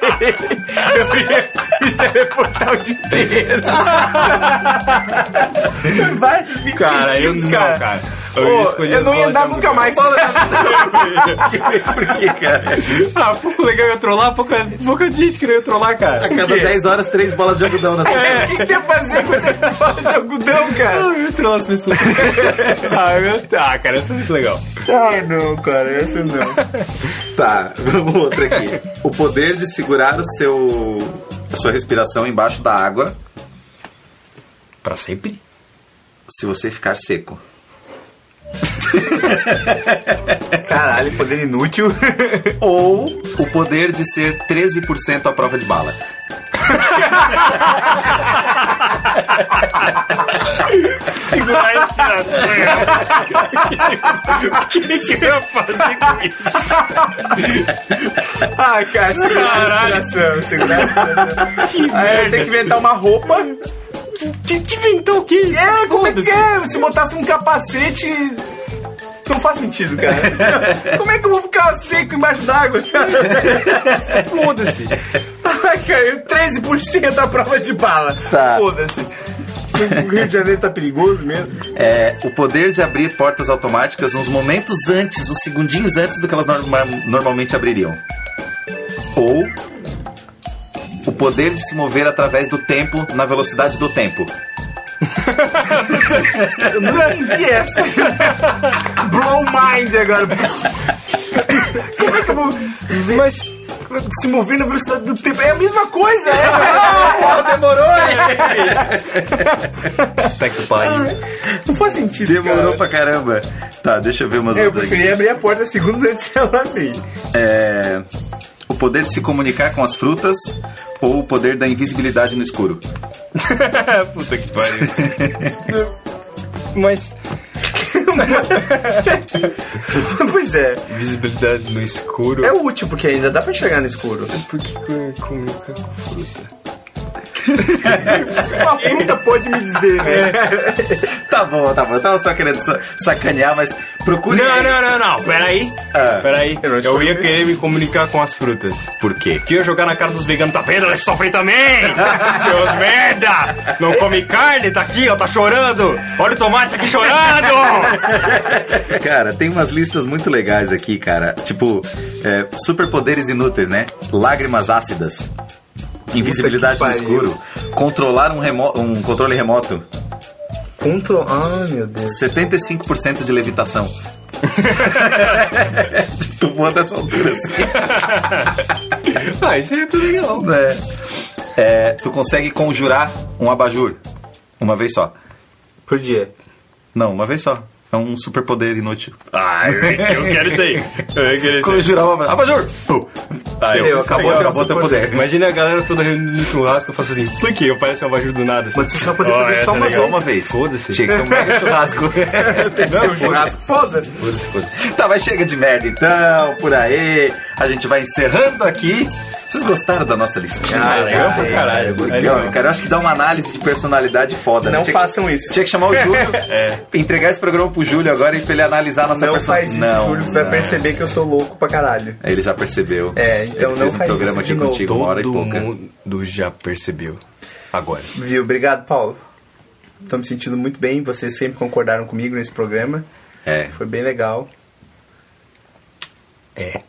Speaker 3: eu ia me teleportar o dia inteiro.
Speaker 4: Vai, 20
Speaker 3: Cara, eu não, cara. Eu, ia
Speaker 4: Pô,
Speaker 3: escolher
Speaker 4: eu
Speaker 3: as
Speaker 4: não
Speaker 3: bolas
Speaker 4: ia um
Speaker 3: de
Speaker 4: andar nunca
Speaker 3: algodão.
Speaker 4: mais.
Speaker 2: Por quê, cara?
Speaker 3: Ah, pouco legal eu ia trollar, pouca, pouca gente que eu ia trollar,
Speaker 2: A
Speaker 3: cara.
Speaker 2: cada 10 horas, três bolas de algodão na sua
Speaker 3: É.
Speaker 2: frente.
Speaker 4: O que que ia fazer com três bolas de algodão,
Speaker 3: Ah,
Speaker 4: cara?
Speaker 3: eu ia trollar as pessoas. ah, eu ia- ah, cara, isso é muito legal.
Speaker 4: Ah, não, cara, essa não.
Speaker 2: Tá, vamos outra aqui. O poder de segurar o seu. a sua respiração embaixo da água
Speaker 3: Pra sempre?
Speaker 2: se você ficar seco.
Speaker 4: Caralho, poder inútil.
Speaker 2: Ou o poder de ser 13% à prova de bala.
Speaker 3: Segurar a inspiração. O que que eu ia fazer com isso?
Speaker 4: Ah, cara, segurar
Speaker 3: Caralho.
Speaker 4: a respiração, segurar a respiração. Aí eu tenho que inventar uma roupa.
Speaker 3: Que, que inventou o quê?
Speaker 4: É, como é que
Speaker 3: Foda-se.
Speaker 4: é? Se botasse um capacete... Não faz sentido, cara. Como é que eu vou ficar seco embaixo d'água, cara?
Speaker 3: Foda-se.
Speaker 4: Ai, cara, eu 13% da prova de bala.
Speaker 2: Tá.
Speaker 4: Foda-se. O Rio de Janeiro tá perigoso mesmo.
Speaker 2: É, o poder de abrir portas automáticas uns momentos antes, uns segundinhos antes do que elas norma- normalmente abririam. Ou o poder de se mover através do tempo na velocidade do tempo.
Speaker 4: Eu não entendi essa. Blow mind agora. Como é que eu vou. Mas. Se mover na velocidade do tempo é a mesma coisa, é?
Speaker 9: Até que pariu.
Speaker 4: Não faz sentido.
Speaker 2: Demorou
Speaker 4: cara.
Speaker 2: pra caramba. Tá, deixa eu ver umas
Speaker 4: Eu
Speaker 2: outras aqui.
Speaker 4: preferia abrir a porta segundo antes que ela abrir.
Speaker 2: É, o poder de se comunicar com as frutas ou o poder da invisibilidade no escuro.
Speaker 3: Puta que pariu. Mas
Speaker 4: pois é.
Speaker 3: visibilidade no escuro.
Speaker 4: É útil, porque ainda dá pra enxergar no escuro.
Speaker 3: Por que que comunica com fruta?
Speaker 4: Uma fruta pode me dizer, né?
Speaker 2: Tá bom, tá bom. Eu tava só querendo sa- sacanear, mas procure.
Speaker 3: Não,
Speaker 2: aí.
Speaker 3: não, não, não. Peraí.
Speaker 2: Ah.
Speaker 3: Peraí.
Speaker 4: Eu não
Speaker 3: Eu
Speaker 4: escolhi.
Speaker 3: ia querer me comunicar com as frutas.
Speaker 2: Por quê?
Speaker 3: Que eu ia jogar na cara dos veganos, tá vendo? Elas sofrem também! Seus merda! Não come carne, tá aqui, ó, tá chorando! Olha o tomate aqui chorando!
Speaker 2: Cara, tem umas listas muito legais aqui, cara. Tipo, é, superpoderes inúteis, né? Lágrimas ácidas. Invisibilidade
Speaker 4: Puta
Speaker 2: no
Speaker 4: que pariu.
Speaker 2: escuro. Controlar um, remo- um controle remoto.
Speaker 4: Control. Ah, meu Deus.
Speaker 2: 75% de levitação. tu voa dessa altura assim.
Speaker 3: ah, isso aí é tudo legal.
Speaker 2: né? É, tu consegue conjurar um abajur uma vez só.
Speaker 4: Por dia.
Speaker 2: Não, uma vez só. É um superpoder inútil.
Speaker 3: Ah, eu, eu quero isso aí. Eu quero isso aí.
Speaker 2: Conjurar um abajur. Abajur! Pô.
Speaker 3: Ah, é. eu-
Speaker 2: Entendeu? Acabou,
Speaker 3: legal.
Speaker 2: acabou teu poder.
Speaker 3: Imagina a galera toda reunida no churrasco, eu faço assim, clique, eu pareço um abajur do nada. Assim.
Speaker 4: Mas você só poder
Speaker 3: Ó,
Speaker 4: fazer
Speaker 3: essa
Speaker 4: só uma
Speaker 3: é
Speaker 2: Só
Speaker 3: legal.
Speaker 2: uma vez.
Speaker 3: Foda-se.
Speaker 2: Tinha que ser um mega churrasco. Tem que ser um churrasco.
Speaker 4: Foda.
Speaker 2: Tá, mas chega de merda então, por aí. A gente vai encerrando aqui. Vocês gostaram da nossa listinha?
Speaker 3: Ah, legal pra
Speaker 4: Gostei,
Speaker 3: caralho. É
Speaker 2: Legal,
Speaker 3: legal.
Speaker 2: cara, eu acho que dá uma análise de personalidade foda. né?
Speaker 4: Não
Speaker 2: Tinha que-
Speaker 4: façam isso. É.
Speaker 2: Tinha que chamar o Júlio, entregar esse programa pro Júlio agora e pra ele analisar a nossa
Speaker 4: Não
Speaker 2: personalidade.
Speaker 4: faz isso, Júlio. Você vai perceber que eu sou louco pra caralho.
Speaker 2: Ele já percebeu.
Speaker 4: É,
Speaker 2: Ele
Speaker 4: então não
Speaker 2: fez um
Speaker 4: faz
Speaker 2: programa
Speaker 4: isso de
Speaker 2: aqui
Speaker 4: novo.
Speaker 2: contigo, uma hora e
Speaker 3: Todo
Speaker 2: pouca.
Speaker 3: mundo já percebeu. Agora.
Speaker 4: Viu? Obrigado, Paulo. Tô me sentindo muito bem. Vocês sempre concordaram comigo nesse programa.
Speaker 2: É.
Speaker 4: Foi bem legal.
Speaker 3: É.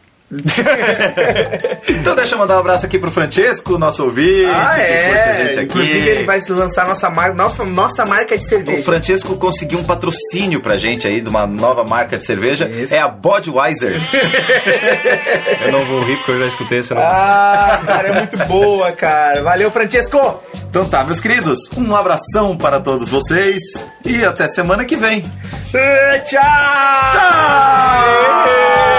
Speaker 2: Então deixa eu mandar um abraço aqui pro Francesco, nosso ouvinte.
Speaker 4: Ah,
Speaker 2: que curte a gente
Speaker 4: é.
Speaker 2: aqui.
Speaker 4: Inclusive, ele vai lançar nossa marca, nossa, nossa marca de
Speaker 6: O
Speaker 4: cerveja.
Speaker 6: Francesco conseguiu um patrocínio pra gente aí de uma nova marca de cerveja. É a Budweiser.
Speaker 3: Eu não vou rir porque eu já escutei essa não.
Speaker 4: Ah, cara, é muito boa, cara. Valeu, Francesco!
Speaker 2: Então tá, meus queridos, um abração para todos vocês e até semana que vem.
Speaker 4: Eh, Tchau! Tchau!